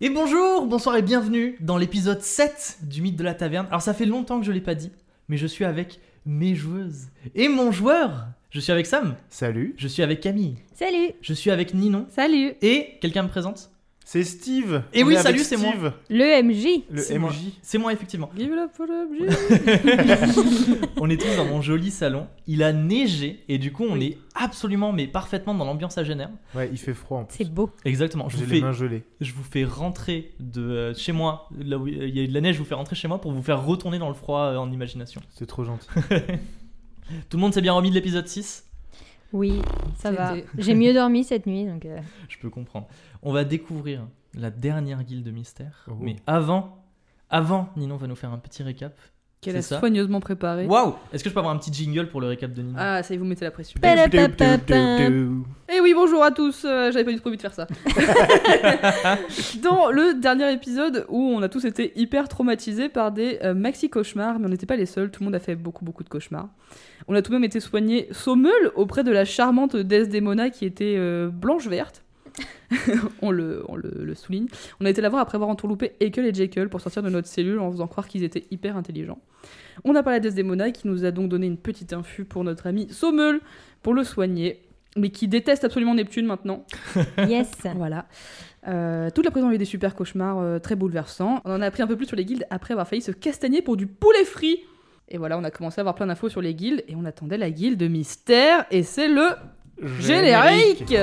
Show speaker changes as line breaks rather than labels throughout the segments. Et bonjour, bonsoir et bienvenue dans l'épisode 7 du Mythe de la Taverne. Alors ça fait longtemps que je l'ai pas dit, mais je suis avec mes joueuses et mon joueur. Je suis avec Sam,
Salut,
je suis avec Camille,
Salut
je suis avec Ninon
Salut
et quelqu'un me présente
c'est Steve.
Eh
On
oui,
est
salut,
avec
c'est
Steve,
Le MJ
Le
C'est
MJ.
moi. C'est moi effectivement.
Give la pour le MJ
On est tous dans mon joli salon, il a neigé et du coup on est absolument mais parfaitement dans l'ambiance à Genève.
Ouais, il fait froid en plus.
C'est beau.
Exactement, je
J'ai
vous,
les
fais,
mains gelées.
je vous fais rentrer de euh, chez moi, là où il y a eu de la neige, je vous fais rentrer chez moi pour vous faire retourner dans le froid euh, en imagination.
C'est trop gentil.
Tout le monde s'est bien remis de l'épisode 6
Oui, ça
C'est
va.
deux.
J'ai mieux dormi cette nuit, donc... euh,
Je peux comprendre. On va découvrir la dernière guilde de mystère.
Oh.
Mais avant, avant, Ninon va nous faire un petit récap.
Qu'elle
C'est
a
ça.
soigneusement préparée.
Waouh Est-ce que je peux avoir un petit jingle pour le récap de Ninon
Ah, ça y est, vous mettez la pression.
Padapapapam.
Eh oui, bonjour à tous. euh, J'avais pas du tout prévu de faire ça. Dans le dernier épisode où on a tous été hyper traumatisés par des euh, maxi cauchemars, mais on n'était pas les seuls. Tout le monde a fait beaucoup beaucoup de cauchemars. On a tout de même été soigné sommeul auprès de la charmante Desdemona qui était euh, blanche verte. on le, on le, le souligne. On a été la voir après avoir entourloupé Ekel et Jekyll pour sortir de notre cellule en faisant croire qu'ils étaient hyper intelligents. On a parlé à Desdemona qui nous a donc donné une petite infu pour notre ami Sommeul pour le soigner, mais qui déteste absolument Neptune maintenant.
Yes
Voilà. Euh, toute l'après-midi, on a eu des super cauchemars euh, très bouleversants. On en a appris un peu plus sur les guildes après avoir failli se castagner pour du poulet frit. Et voilà, on a commencé à avoir plein d'infos sur les guildes et on attendait la guilde de mystère et c'est le générique.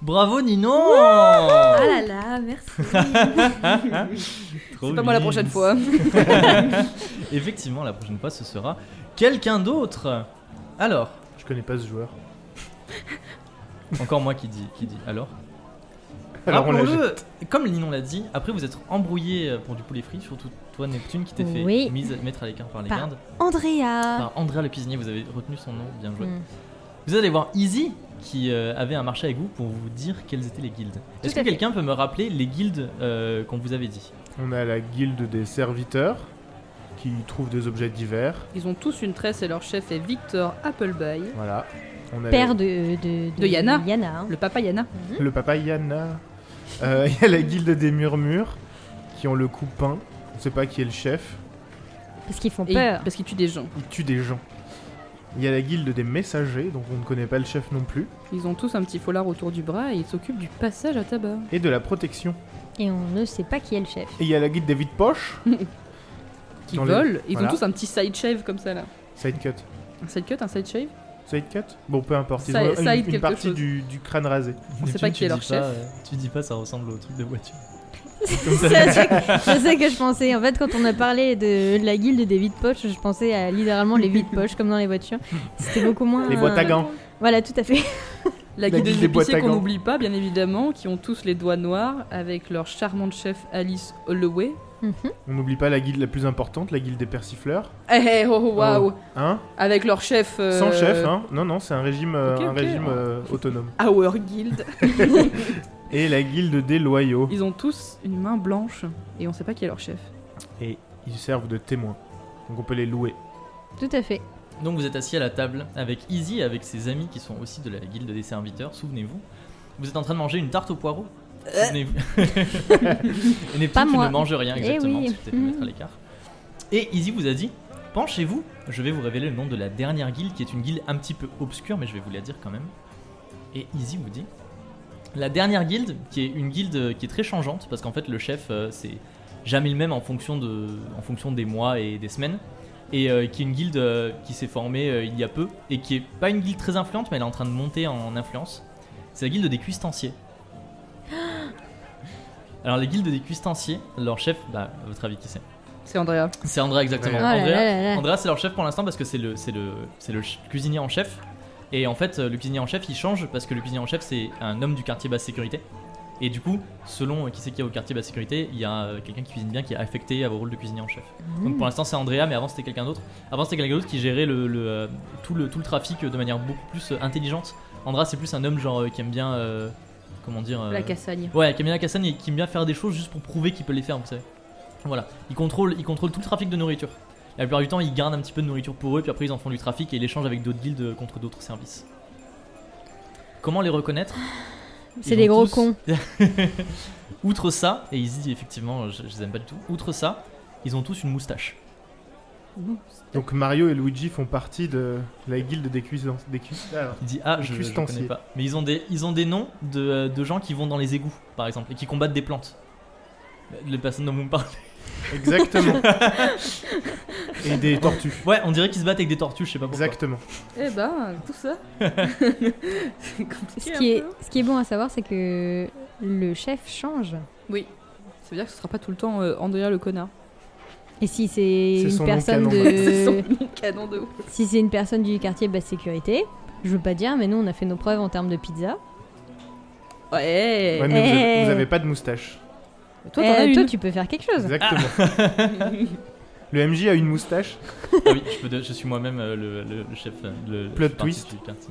Bravo Ninon
Ah là là, merci
Trop
C'est pas moi la
bien.
prochaine fois.
Effectivement, la prochaine fois, ce sera quelqu'un d'autre. Alors,
Je connais pas ce joueur.
encore moi qui dis, qui dit alors. Ah,
Alors on l'a jeté.
Rappelons-le, comme Ninon l'a dit, après vous être embrouillé euh, pour du poulet frit, surtout toi Neptune qui t'es fait
Oui.
mise, mettre à l'écart par les
Par-
gardes,
Andrea
par Andrea le cuisinier, vous avez retenu son nom, bien joué.
Hmm.
Vous allez voir Easy qui euh, avait un marché avec vous pour vous dire quelles étaient les guildes. Est-ce que
à fait.
quelqu'un peut me rappeler les guildes euh, qu'on vous avait dit
On a la guilde des serviteurs qui trouvent des objets divers.
Ils ont tous une tresse et leur chef est Victor Appleby,
Voilà. On a
Père de... De,
De Yana.
Yana, hein.
le papa Yana.
le, le papa Yana. Euh, Il y a la guilde des murmures qui ont le coup peint. On sait pas qui est le chef.
Parce qu'ils font
Et-
peur.
parce qu'il tue des gens.
Il tue des gens. Il y a la guilde des messagers, donc on ne connaît pas le chef non plus.
Ils ont tous un petit foulard autour du bras et ils s'occupent du passage à tabac.
Et de la protection.
Et on ne sait pas qui est le chef.
Et il y a la guilde des vides poches.
Qui
Dans les-
volent. Ils
Voilà.
ont tous un petit side shave comme ça là.
Sidecut.
Un side cut, un side shave.
Sidecut Bon, peu importe. Ils
Side-
ont une-
side
une,
quelque
partie
chose.
du, du crâne rasé.
On sait
Neptune,
pas qui
tu
est leur
dis
chef.
euh, tu dis pas, ça ressemble au truc de voiture.
C'est à ça que- c'est ça que je pensais. En fait, quand on a parlé de la guilde des vides poches, je pensais à littéralement les vides poches, comme dans les voitures. C'était beaucoup moins...
Les boîtes à gants.
Voilà, tout à fait.
La
La
guilde
guilde
des
des boîtes
épiciers
à
qu'on
gants.
n'oublie pas, bien évidemment, qui ont tous les doigts noirs, avec leur charmante chef Alice Holloway.
Mhm.
On n'oublie pas la guilde la plus importante, la guilde des persifleurs.
Eh eh, oh, oh, waouh
Hein
Avec leur chef... euh,
Sans chef, hein Non, non, c'est un régime, euh,
ok,
un
ok.
régime euh, autonome.
Our Guild.
Et la guilde des loyaux.
Ils ont tous une main blanche, et on sait pas qui est leur chef.
Et ils servent de témoins. Donc on peut les louer.
Tout à fait.
Donc vous êtes assis à la table avec Easy et avec ses amis qui sont aussi de la guilde des serviteurs, souvenez-vous. Vous êtes en train de manger une tarte aux poireaux.
Euh.
Souvenez-vous. et Neptune,
Pas
tu
moi.
ne mange rien
Eh
exactement,
oui.
parce que t'as pu mettre à l'écart. Et Easy vous a dit, penchez-vous, je vais vous révéler le nom de la dernière guilde, qui est une guilde un petit peu obscure, mais je vais vous la dire quand même. Et Easy vous dit, la dernière guilde, qui est une guilde euh, qui est très changeante, parce qu'en fait le chef, euh, c'est jamais le même en fonction, de, en fonction des mois et des semaines, et euh, qui est une guilde euh, qui s'est formée euh, il y a peu, et qui est pas une guilde très influente, mais elle est en train de monter en influence. C'est la guilde des cuistanciers. Alors la guilde des cuistanciers, leur chef, bah à votre avis qui c'est
C'est Andrea.
C'est Andrea exactement.
Ouais.
Oh là
Andrea-
là là là.
Andrea, c'est leur chef pour l'instant parce que c'est le, c'est le, c'est le ch- cuisinier en chef. Et en fait, euh, le cuisinier en chef, il change parce que le cuisinier en chef, c'est un homme du quartier basse sécurité. Et du coup, selon euh, qui c'est qu'il y a au quartier de la sécurité, il y a euh, quelqu'un qui cuisine bien qui est affecté à vos rôles de cuisinier en chef.
Mmh.
Donc pour l'instant, c'est Andrea, mais avant c'était quelqu'un d'autre. Avant c'était quelqu'un d'autre qui gérait le, le, euh, tout, le, tout le trafic euh, de manière beaucoup plus euh, intelligente. Andra, c'est plus un homme genre euh, qui aime bien. euh, comment dire euh,
La cassagne.
Ouais, qui aime bien la cassagne et qui aime bien faire des choses juste pour prouver qu'il peut les faire, vous savez. Voilà, il contrôle, il contrôle tout le trafic de nourriture. La plupart du temps, ils gardent un petit peu de nourriture pour eux, puis après ils en font du trafic et ils l'échangent avec d'autres guildes contre d'autres services. Comment les reconnaître
C'est
Ils
des
ont
gros
tous-
cons.
Outre ça, et Izzy, effectivement, je, je les aime pas du tout. Outre ça, ils ont tous une moustache.
Donc Mario et Luigi font partie de la guilde des cuisins. Des cuis- ah,
Il dit ah,
Les
je, je
cuistanciers.
connais pas. Mais ils ont des, ils ont des noms de, de gens qui vont dans les égouts, par exemple, et qui combattent des plantes. Les personnes dont vous me parlez.
exactement. et des tortues.
Ouais, on dirait qu'ils se battent avec des tortues, je sais pas pourquoi.
Exactement.
Eh ben, tout ça. c'est compliqué.
Ce qui,
un
est,
peu.
ce qui est bon à savoir, c'est que le chef change.
Oui. Ça veut dire que ce sera pas tout le temps euh, Andrea le connard.
Et si c'est
C'est son
une
nom
personne
canon.
C'est
de,
son canon de ouf.
si c'est une personne du quartier basse sécurité, je veux pas dire, mais nous on a fait nos preuves en termes de pizza.
Ouais.
Ouais, mais vous avez-
Eh.
vous avez pas de moustache.
Toi,
Eh,
t'en as une.
tu peux faire quelque
Ah.
chose.
Exactement. Le MJ a une moustache.
Ah oui, je, peux de- je suis moi-même euh, le, le- le chef. euh, Le,
Plot
le chef
twist.
artistique, merci.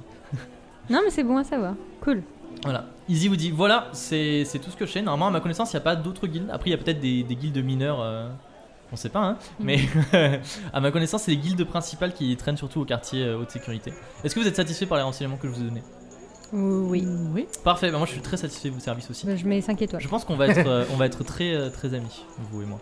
Non, mais c'est bon à savoir. Cool.
Voilà. Izzy vous dit voilà, c'est c'est tout ce que je sais. Normalement, à ma connaissance, il n'y a pas d'autres guildes. Après, il y a peut-être des, des guildes mineures. euh, on sait pas, hein.
Mm.
Mais à ma connaissance, c'est les guildes principales qui traînent surtout au quartier euh, haute sécurité. Est-ce que vous êtes satisfait par les renseignements que je vous ai donnés
Oh,
Oui.
Oui.
Parfait, bah moi je suis très satisfait de vos services aussi.
Bah, Je mets 5 étoiles.
Je pense qu'on va être, euh, on va être très, euh, très amis, vous et moi.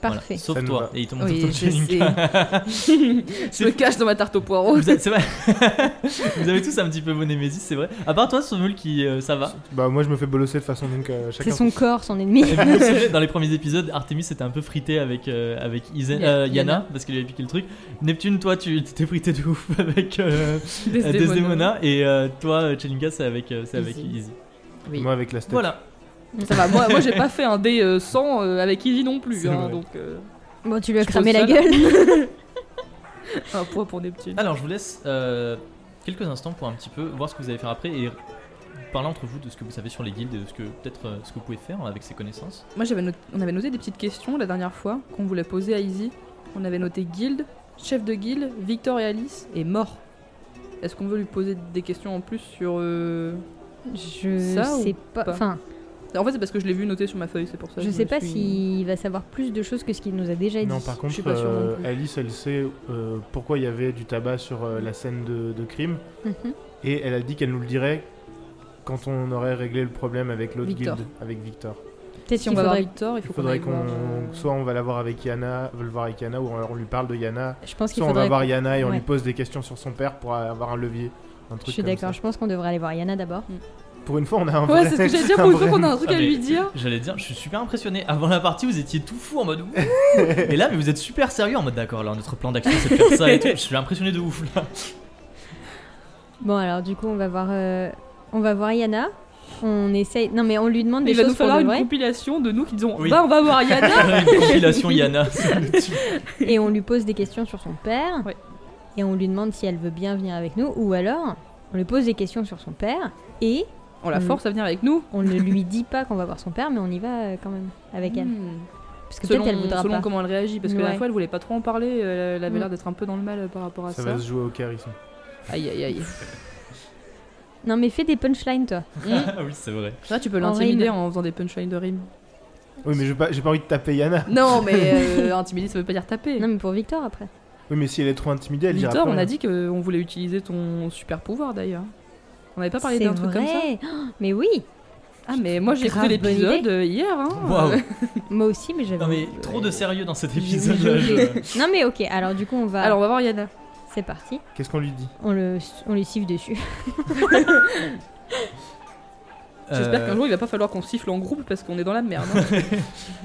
Voilà.
Parfait.
Sauf
Ça nous
toi.
va.
Et il te montre
Oui,
ton
je
chewing-gum.
sais. je me cache dans ma tarte aux poireaux.
Vous, êtes- c'est vrai. Vous avez tous un petit peu vos némésis, c'est vrai. À part toi, Sommel, qui euh, ça va.
Bah moi je me fais bolosser de façon donc euh,
C'est
chacun.
son corps, son ennemi.
Et puis, vous savez, dans les premiers épisodes, Artemis était un peu frité avec, euh, avec Isen-
Ya-
euh, Yana,
Yana.
parce qu'il lui avait piqué le truc. Neptune, toi, tu tu t'es frité de ouf avec euh, euh,
Desdemona.
Desdemona. Et euh, toi, euh, Chelinka, c'est avec, euh, c'est avec
Izzy.
Izzy.
Oui.
Moi avec la statue.
Voilà.
Ça va, moi, moi j'ai pas fait un dé euh, 100 euh, avec Izzy non plus.
C'est
Hein,
vrai.
donc, euh,
Bon, tu lui as
Je
cramé la
pose ça,
gueule.
un point pour Neptune.
Alors, je vous laisse euh, quelques instants pour un petit peu voir ce que vous allez faire après et parler entre vous de ce que vous savez sur les guildes et de ce que peut-être euh, ce que vous pouvez faire avec ces connaissances.
Moi, j'avais not- on avait noté des petites questions la dernière fois qu'on voulait poser à Izzy. On avait noté guilde, chef de guilde, Victor et Alice et mort. Est-ce qu'on veut lui poser des questions en plus sur. euh,
Je
Ça ou
sais pas.
pas
Enfin,
En fait, c'est parce que je l'ai vu noté sur ma feuille, c'est pour ça. que
je sais
me
pas
suis-
s'il va savoir plus de choses que ce qu'il nous a déjà dit.
Non par contre
suis pas sûre non
euh,
plus.
Alice elle sait euh, pourquoi il y avait du tabac sur euh, la scène de, de crime
Mhm.
et elle a dit qu'elle nous le dirait quand on aurait réglé le problème avec l'autre
Victor.
guilde, avec Victor.
Peut-être
Si on
qu'il
va voir
faudrait.
Victor, il
Il
faut
faudrait
qu'on.
qu'on
aille voir, euh,
soit on va la voir avec Yana, on veut le voir avec Yana ou alors on lui parle de Yana,
Je pense qu'il
soit on va
faudrait.
voir Yana et on
Ouais.
lui pose des questions sur son père pour avoir un levier. Un
Je
truc
suis
comme
d'accord.
ça.
Je pense qu'on devrait aller voir Yana d'abord.
Pour une fois, on a un
Ouais,
vrai-
c'est ce que j'allais dire.
un
Pour une fois
vrai-
qu'on a un truc
Ah,
à
mais
lui dire.
J'allais dire, je suis super impressionné. Avant la partie, vous étiez tout fou en mode. Ouh et là, mais vous êtes super sérieux en mode d'accord. Là, notre plan d'action, c'est de faire ça et tout. Je suis impressionné de ouf là.
Bon alors du coup on va voir euh, on va voir Yana. On essaye. Non mais on lui demande des
Il va nous
choses pour
falloir
de
une
vrai
compilation de nous qui disons
Oui.
Bah, on va voir Yana
Une compilation Yana. c'est le type.
et on lui pose des questions sur son père.
Ouais.
Et on lui demande si elle veut bien venir avec nous ou alors on lui pose des questions sur son père et
On
Mm.
la force à venir avec nous.
on ne lui dit pas qu'on va voir son père mais on y va euh, quand même avec elle
Hmm.
parce que
Selon,
peut-être elle voudra
selon
pas.
comment elle réagit, parce que la
Ouais.
dernière fois elle voulait pas trop en parler, euh, elle avait
Mm.
l'air d'être un peu dans le mal euh, par rapport à
Ça
ça.
va se jouer au charisme.
Aïe aïe aïe.
Non mais fais des punchlines toi.
Mm.
Ah oui, c'est vrai.
Ça, tu peux
En
l'intimider
rime.
en faisant des punchlines de rime.
Oui, mais j'ai pas, j'ai pas envie de taper Yana.
Non, mais euh, intimider ça veut pas dire taper.
Non mais pour Victor après.
Oui, mais si elle est trop intimidée, elle dira
Victor,
plus
on a
rien.
dit qu'on voulait utiliser ton super pouvoir d'ailleurs. On n'avait pas parlé
C'est
d'un truc comme ça.
vrai. Oh, Mais oui.
Ah, mais moi j'ai écouté
Grave bonne
l'épisode euh, hier. Hein.
Waouh.
Euh,
Moi aussi mais j'avais.
Non mais trop de sérieux dans cet
J'ai-
épisode.
j'ai-
là, je-
j'ai- Non mais ok alors du coup on va.
Alors on va voir Yana.
C'est parti.
Qu'est-ce qu'on lui dit
On le on lui siffle dessus.
J'espère
Euh,
qu'un jour il va pas falloir qu'on siffle en groupe parce qu'on est dans la merde. hein.
Euh,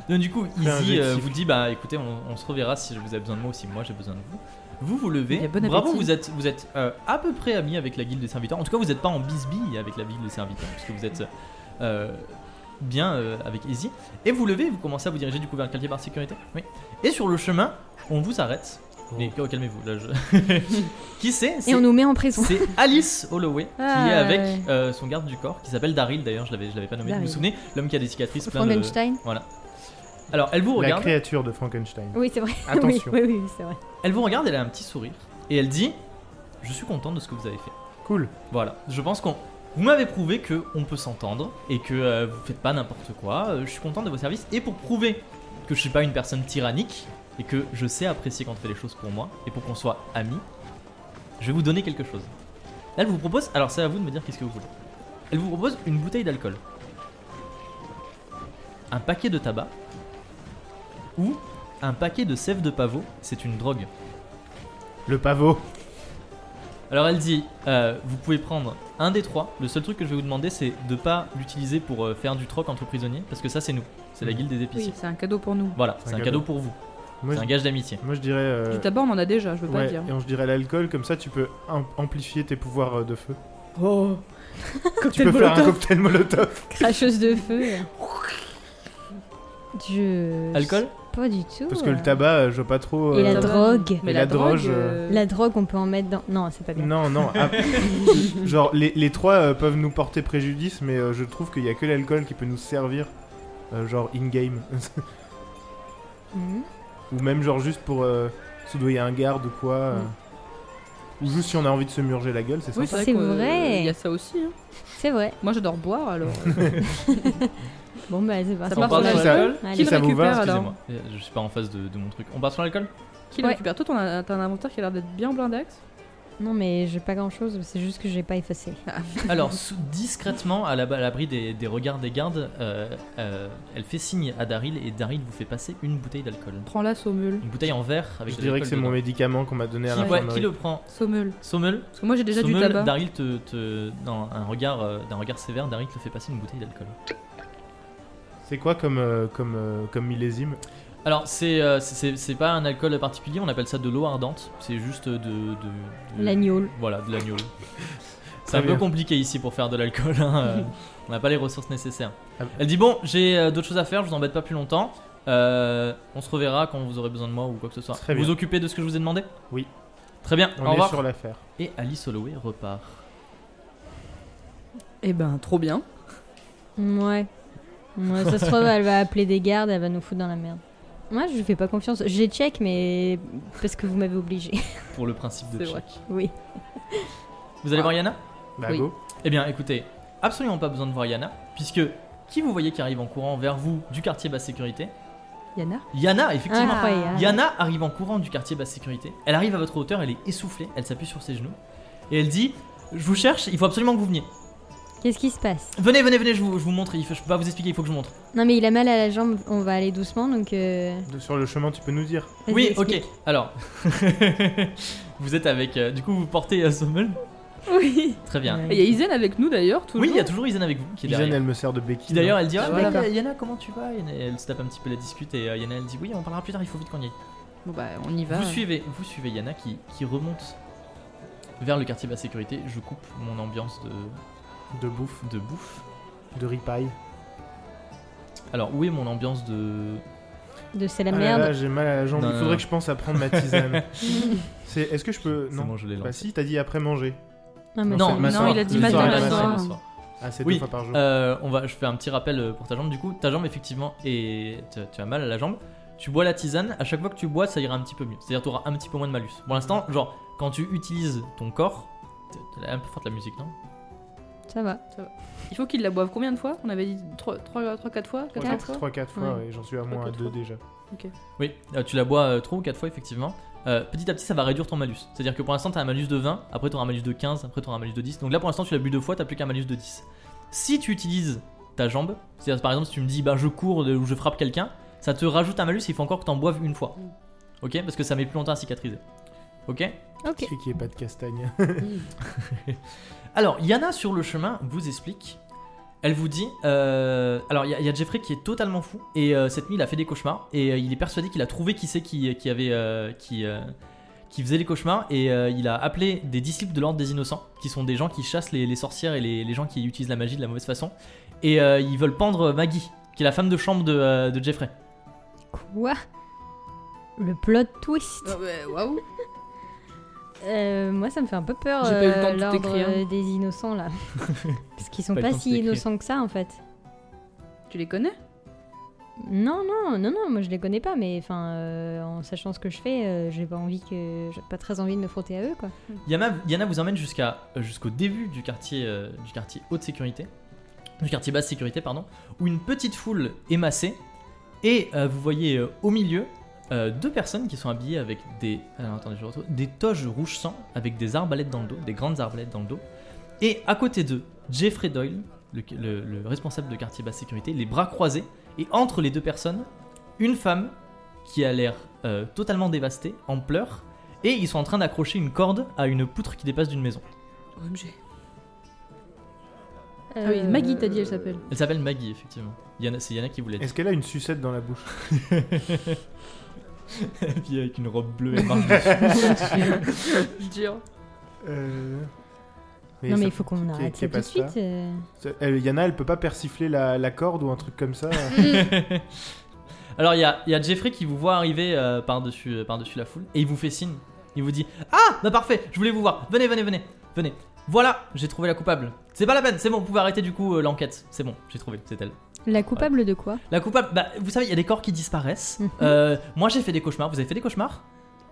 Donc du coup,
Fais un jet
Izzy
de
euh,
siffle.
vous dit bah écoutez, on, on se reverra si vous avez besoin de moi ou si moi j'ai besoin de vous. Vous vous levez.
Eh bien, bon
Bravo,
appétit.
vous êtes vous êtes euh, à peu près amis avec la guilde des serviteurs. En tout cas, vous n'êtes pas en bisbille avec la guilde des serviteurs puisque vous êtes euh, bien euh, avec Izzy. Et vous levez, vous commencez à vous diriger du coup vers le quartier par sécurité. Oui. Et sur le chemin, on vous arrête Mais oh, calmez-vous, là. Je... qui c'est
Et
C'est-
on nous met en prison.
C'est Alice Holloway qui
Ah,
est avec
ouais.
euh, son garde du corps, qui s'appelle Daryl d'ailleurs, je l'avais, je l'avais pas nommé. Vous vous
Daryl.
souvenez L'homme qui a des cicatrices plein de.
Frankenstein
Voilà. Alors, elle vous
La
regarde,
créature de Frankenstein.
Oui, c'est vrai. oui,
Attention.
oui, oui, c'est vrai.
elle vous regarde, elle a un petit sourire et elle dit Je suis contente de ce que vous avez fait.
Cool.
Voilà, je pense qu'on. Vous m'avez prouvé que on peut s'entendre et que euh, vous faites pas n'importe quoi. Euh, je suis contente de vos services et pour prouver que je suis pas une personne tyrannique et que je sais apprécier quand on fait les choses pour moi et pour qu'on soit amis, je vais vous donner quelque chose. Elle vous propose, alors c'est à vous de me dire qu'est-ce que vous voulez. Elle vous propose une bouteille d'alcool, un paquet de tabac ou un paquet de sève de pavot. C'est une drogue.
Le pavot.
Alors elle dit, euh, vous pouvez prendre un des trois. Le seul truc que je vais vous demander, c'est de pas l'utiliser pour euh, faire du troc entre prisonniers, parce que ça c'est nous, c'est
Mhm.
la guilde des épiciers.
Oui, c'est un cadeau pour nous.
Voilà, c'est un, cadeau pour vous,
Moi,
c'est un
je,
gage d'amitié.
moi, je dirais. euh,
Du tabac, on en a déjà, je veux pas
ouais,
dire.
et on- je dirais l'alcool, comme ça tu peux am- amplifier tes pouvoirs euh, de feu.
Oh
Tu
Cocktail
peux faire un
molotov.
cocktail molotov.
Cracheuse de feu. Je.
Alcool
Pas du tout.
Parce que le tabac, euh, je vois pas trop.
Et la
euh,
Tabac,
drogue.
Mais
Et
la,
la
drogue.
drogue, euh,
La drogue, on peut en mettre dans. Non, c'est pas bien.
Non, non. ah, genre, les, les trois euh, peuvent nous porter préjudice, mais euh, je trouve qu'il y a que l'alcool qui peut nous servir, euh, genre in-game.
Mhm.
ou même, genre, juste pour euh, soudoyer un garde ou quoi. euh. Ou juste si on a envie de se murger la gueule, c'est ça
Oui,
C'est
qu'on-
vrai.
Il y a ça aussi. hein.
C'est vrai.
Moi, j'adore boire alors.
Bon, bah, c'est pas
ça
on
part
parle
sur
de
l'alcool.
l'alcool
Qui
Si
le
ça vous va,
récupère alors
Excusez-moi, euh, je suis pas en face de, de mon truc. On part sur l'alcool
Qui le
Ouais.
récupère Toi, t'en as- t'as un inventaire qui a l'air d'être bien blindax.
Non, mais j'ai pas grand chose, c'est juste que j'ai pas effacé.
Alors, sous- discrètement, à la- à l'abri des, des regards des gardes, euh, euh, elle fait signe à Daryl et Daryl vous fait passer une bouteille d'alcool.
Prends-la, Sommel.
Une bouteille en verre avec
Je
de
dirais que
l'alcool
c'est mon
dedans.
médicament qu'on m'a donné à
Qui, ouais, qui
l'infirmerie.
le prend
Sommel.
Sommel
Parce que moi, j'ai déjà du
Sommel,
tabac.
Daryl te, te- dans un regard, euh, d'un regard sévère, Daryl te fait passer une bouteille d'alcool.
C'est quoi comme, euh, comme, euh, comme millésime
Alors, c'est euh, c'est- c'est- c'est pas un alcool particulier, on appelle ça de l'eau ardente. C'est juste de. de, de-
L'agneau.
Voilà, de l'agneau. C'est
Très
un peu
bien.
compliqué ici pour faire de l'alcool. hein, euh, on n'a pas les ressources nécessaires.
Ah.
Elle dit Bon, j'ai euh, d'autres choses à faire, je vous embête pas plus longtemps. Euh, on se reverra quand vous aurez besoin de moi ou quoi que ce soit.
Très
vous
bien.
vous occupez de ce que je vous ai demandé
Oui.
Très bien,
On
au
est
revoir.
sur l'affaire.
Et Alice Holloway repart.
Eh ben, trop bien.
Ouais. Ouais, ça se trouve, elle va appeler des gardes, elle va nous foutre dans la merde. Moi, je lui fais pas confiance. J'ai check, mais. Parce que vous m'avez obligé.
Pour le principe de
C'est vrai. Ah.
check.
oui.
Vous allez voir Yana
Bah,
Oui.
go.
Eh bien, écoutez, absolument pas besoin de voir Yana, puisque qui vous voyez qui arrive en courant vers vous du quartier basse sécurité
Yana
Yana, effectivement.
Incroyable.
Yana arrive en courant du quartier basse sécurité. Elle arrive à votre hauteur, elle est essoufflée, elle s'appuie sur ses genoux et elle dit Je vous cherche, il faut absolument que vous veniez.
Qu'est-ce qui se passe
Venez, venez, venez, je vous, je vous montre, il faut- je peux pas vous expliquer, il faut que je vous montre.
Non, mais il a mal à la jambe, on va aller doucement donc. euh,
De- Sur le chemin, tu peux nous dire.
vas-y,
oui,
explique.
ok. Alors, vous êtes avec. euh, du coup, vous portez euh, Sommel
Oui.
Très bien.
Et il y a Isen avec nous d'ailleurs, toujours.
Oui, il y a toujours Isen avec vous qui est derrière.
Jeanne, elle me sert de béquille. hein.
Qui d'ailleurs elle dit Ah,
Ah,
voilà,
d'accord.
Yana, comment tu vas Yana- Elle se tape un petit peu la discute et euh, Yana elle dit Oui, on parlera plus tard, il faut vite qu'on y aille.
Bon, bah, on y va.
Vous suivez, vous suivez Yana qui, qui remonte vers le quartier de la sécurité. Je coupe mon ambiance de,
de bouffe,
de bouffe.
de ripaille.
Alors, où est mon ambiance de.
De c'est la
Euh,
Ah là
merde.
là, j'ai mal à la jambe.
Non,
Il
non,
faudrait
non.
que je pense à prendre ma tisane. C'est. Est-ce que je peux
C'est
Non.
bon, je l'ai
bah
lancé.
si, t'as dit après manger.
Ah, mais
Non,
c'est-
ma
non,
soeur.
il a dit
Le
matin
soir,
la
le
soir.
le soir.
Ah, c'est
Oui,
deux fois par jour.
Euh, on va, je fais un petit rappel euh, pour ta jambe. Du coup, ta jambe, effectivement, et tu, tu as mal à la jambe. Tu bois la tisane. À chaque fois que tu bois, ça ira un petit peu mieux. C'est-à-dire, tu auras un petit peu moins de malus. Pour l'instant, genre, quand tu utilises ton corps. t'es- t'es un peu forte la musique, non
Ça va.
Il faut qu'il la boive combien de fois On avait dit 3-4 fois 4
quatre
4 fois
3-4 fois,
Ouais.
ouais, j'en suis à
Trois,
moins à
quatre
2
fois.
déjà.
Oui, euh, tu la bois euh, trois ou quatre fois effectivement. Euh, petit à petit, ça va réduire ton malus. C'est-à-dire que pour l'instant, t'as un malus de 20, après t'auras un malus de 15, après t'auras un malus de 10. Donc là, pour l'instant, tu l'as bu deux fois, t'as plus qu'un malus de 10. Si tu utilises ta jambe, c'est-à-dire par exemple, si tu me dis bah je cours de- ou je frappe quelqu'un, ça te rajoute un malus, il faut encore que t'en boives une fois. Ok Parce que ça met plus longtemps à cicatriser. Ok
Ok.
Celui qui est pas de castagne.
Alors, Yana sur le chemin vous explique. Elle vous dit. euh, alors, il y, a- il y a Jeffrey qui est totalement fou. Et euh, cette nuit, il a fait des cauchemars. Et euh, il est persuadé qu'il a trouvé qui c'est qui, qui avait. euh, qui, euh, qui faisait les cauchemars. Et euh, il a appelé des disciples de l'ordre des innocents. Qui sont des gens qui chassent les, les sorcières et les, les gens qui utilisent la magie de la mauvaise façon. Et euh, ils veulent pendre Maggie, qui est la femme de chambre de, euh, de Jeffrey.
Quoi Le plot twist.
Ah ouais, Waouh.
Euh, moi, ça me fait un peu peur.
J'ai pas eu le
euh,
temps de tout
l'ordre,
écrire. hein.
euh, des innocents là. Parce qu'ils sont
Pas
pas,
le temps de
si
tout écrire.
innocents que ça en fait.
Tu les connais
Non, non, non, non, moi je les connais pas, mais enfin, euh, en sachant ce que je fais, euh, j'ai pas envie que, j'ai pas très envie de me frotter à eux, quoi.
Yana, Yana vous emmène jusqu'à euh, jusqu'au début du quartier euh, du quartier haute sécurité, du quartier basse sécurité pardon, où une petite foule est massée et euh, vous voyez euh, au milieu euh, deux personnes qui sont habillées avec des alors, attendez, je retrouve- des toges rouge sang avec des arbalètes dans le dos, des grandes arbalètes dans le dos et à côté d'eux Jeffrey Doyle, le, le- le responsable de quartier basse sécurité, les bras croisés et entre les deux personnes une femme qui a l'air euh, totalement dévastée, en pleurs et ils sont en train d'accrocher une corde à une poutre qui dépasse d'une maison.
OMG.
Euh,
Ah oui, Maggie t'as dit, elle s'appelle.
Elle s'appelle Maggie, effectivement. Yana- C'est Yana qui voulait dire.
Est-ce qu'elle a une sucette dans la bouche
Et puis avec une robe bleue, elle marche dessus.
Jure.
Euh,
Non mais
ça-
il faut qu'on
qui-
arrête
qui
ça tout de
passe ça.
suite. euh.
Ça- elle- Yana, elle peut pas persifler la, la corde ou un truc comme ça. hein,
Alors il y a, il y a Jeffrey qui vous voit arriver euh, par-dessus euh, par-dessus la foule et il vous fait signe. Il vous dit Ah, bah parfait, je voulais vous voir. Venez, venez, venez, venez. Voilà, j'ai trouvé la coupable. C'est pas la peine, c'est bon, vous pouvez arrêter du coup euh, l'enquête. C'est bon, j'ai trouvé, c'est elle.
La coupable de quoi
La coupable, bah, vous savez, il y a des corps qui disparaissent.
Mhm.
Euh, moi, j'ai fait des cauchemars. Vous avez fait des cauchemars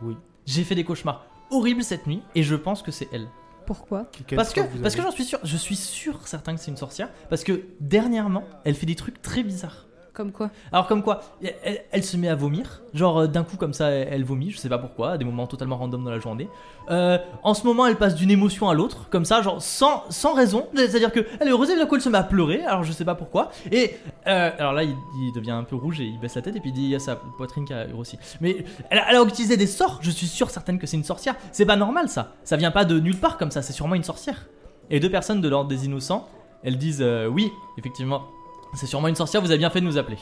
Oui.
J'ai fait des cauchemars horribles cette nuit et je pense que c'est elle.
Ah.
Pourquoi
Quelle
Parce que,
sorte vous
parce que
avez
j'en suis sûr, je suis sûr certain que c'est une sorcière, parce que dernièrement, elle fait des trucs très bizarres.
Comme quoi
Alors comme quoi, elle, elle- elle se met à vomir, genre euh, d'un coup comme ça, elle, elle vomit, je sais pas pourquoi, à des moments totalement random dans la journée. Euh, en ce moment, elle passe d'une émotion à l'autre, comme ça, genre sans, sans raison, c'est-à-dire que elle est heureuse et d'un coup elle se met à pleurer, alors je sais pas pourquoi. Et euh, alors là, il, il devient un peu rouge et il baisse la tête et puis il dit, il y a sa poitrine qui a grossi. Mais elle, a- elle a utilisé des sorts, je suis sûr certaine que c'est une sorcière. C'est pas normal ça, ça vient pas de nulle part comme ça, c'est sûrement une sorcière. Et deux personnes de l'ordre des innocents, elles disent euh, oui, effectivement. C'est sûrement une sorcière, vous avez bien fait de nous appeler.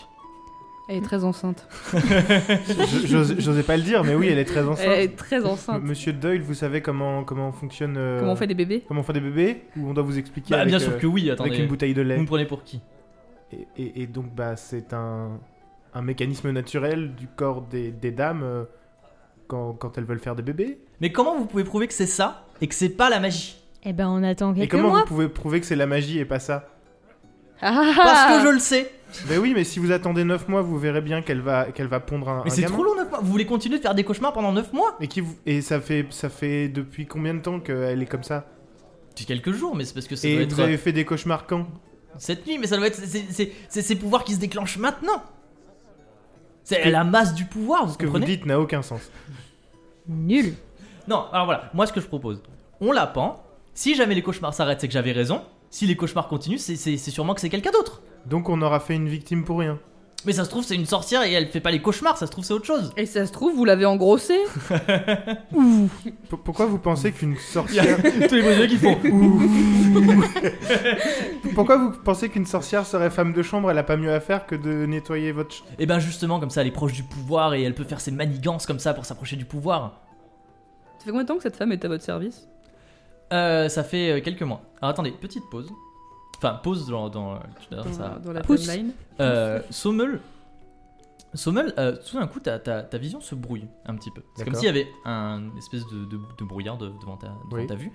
Elle est très enceinte.
Je- j'ose- J'osais pas le dire, mais oui, elle est très enceinte.
Elle est très
M-
enceinte.
Monsieur Doyle, vous savez comment, comment fonctionne. euh,
Comment on fait des bébés
comment on fait des bébés Ou on doit vous expliquer
Bah,
avec,
bien
euh,
sûr que oui,
avec une
attendez.
bouteille de
Vous
lait.
me prenez pour qui
Et, et- et donc, bah, c'est un, un mécanisme naturel du corps des, des dames euh, quand, quand elles veulent faire des bébés.
Mais comment vous pouvez prouver que c'est ça et que c'est pas la magie
Eh ben on attend
et
quelques
comment
mois.
vous pouvez prouver que c'est la magie et pas ça
Ah.
Parce que je le sais.
Ben oui, mais si vous attendez 9 mois, vous verrez bien qu'elle va, qu'elle va pondre un.
Mais
un
c'est
gamin.
trop long 9 mois. Vous voulez continuer de faire des cauchemars pendant 9 mois
Et, qui vous- et ça, fait, ça fait depuis combien de temps qu'elle est comme ça
C'est quelques jours, mais c'est parce que ça doit
Et
être
vous avez fait des cauchemars quand
cette nuit, mais ça doit être c'est- c'est- c'est c'est ces pouvoirs qui se déclenchent maintenant. C'est la masse du pouvoir, vous
Ce que vous
comprenez
dites n'a aucun sens.
Nul.
Non, alors voilà, moi ce que je propose, on la pend. Si jamais les cauchemars s'arrêtent, c'est que j'avais raison. Si les cauchemars continuent, c'est c'est- c'est sûrement que c'est quelqu'un d'autre.
Donc on aura fait une victime pour rien.
Mais ça se trouve, c'est une sorcière et elle fait pas les cauchemars, ça se trouve, c'est autre chose.
Et ça se trouve, vous l'avez engrossée
P- pourquoi vous pensez qu'une
Il y a
sorcière.
tous les bonheurs qui font.
pourquoi vous pensez qu'une sorcière serait femme de chambre Elle a pas mieux à faire que de nettoyer votre. ch-
Et ben justement, comme ça, elle est proche du pouvoir et elle peut faire ses manigances comme ça pour s'approcher du pouvoir.
Ça fait combien de temps que cette femme est à votre service
Euh, ça fait euh, quelques mois. Alors attendez, petite pause. Enfin, pause dans, dans, euh, dans ça.
dans la
Pousse.
timeline
Euh, Sommel, Sommel, euh, tout d'un coup, ta, ta- ta vision se brouille un petit peu. C'est comme
D'accord.
s'il y avait un espèce de, de- de brouillard de- devant, ta, devant
Oui.
ta vue.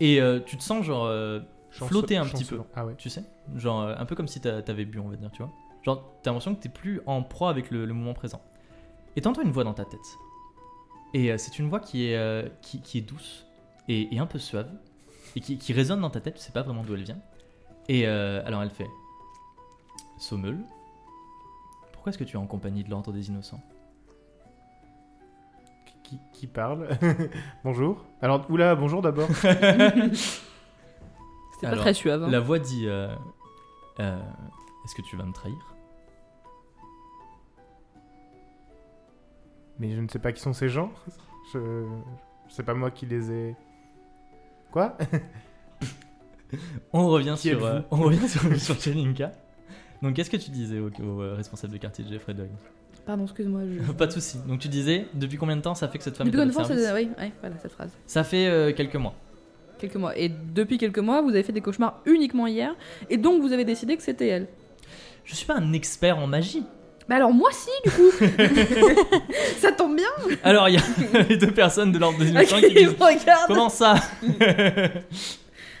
Et euh, tu te sens genre euh,
chance-
flotter un petit peu.
chancelant. Ah ouais.
Tu sais Genre, euh, un peu comme si t'a- t'avais bu, on va dire, tu vois. Genre, t'as l'impression que t'es plus en proie avec le, le moment présent. Et t'entends une voix dans ta tête. Et euh, c'est une voix qui est, euh, qui, qui est douce et, et un peu suave. Et qui, qui résonne dans ta tête, tu sais pas vraiment d'où elle vient. Et euh, alors elle fait Sommeul, pourquoi est-ce que tu es en compagnie de l'ordre des innocents
Qui- Qui, qui parle Bonjour. Alors, oula, bonjour d'abord.
C'était pas
Alors,
très suave. hein.
La voix dit euh, euh, Est-ce que tu vas me trahir
Mais je ne sais pas qui sont ces gens. Je. C'est pas moi qui les ai. Quoi
On revient
Qui
sur,
êtes-vous
euh, on revient sur, sur Chelinka. Donc, qu'est-ce que tu disais au, au, euh, responsable de quartier Jeffrey Doyle
Pardon, excuse-moi. Je...
Pas de souci. Donc, tu disais, depuis combien de temps ça fait que cette femme
Depuis
est à
combien
votre
de temps
service
c'est- Oui, ouais, voilà cette phrase.
Ça fait euh, quelques mois.
Quelques mois. Et depuis quelques mois, vous avez fait des cauchemars uniquement hier. Et donc, vous avez décidé que c'était elle.
Je suis pas un expert en magie.
Bah alors, moi si, du coup Ça tombe dorment bien
Alors, il y a les deux personnes de l'ordre de Zilochin qui
Ils
disent
me regardent.
Comment ça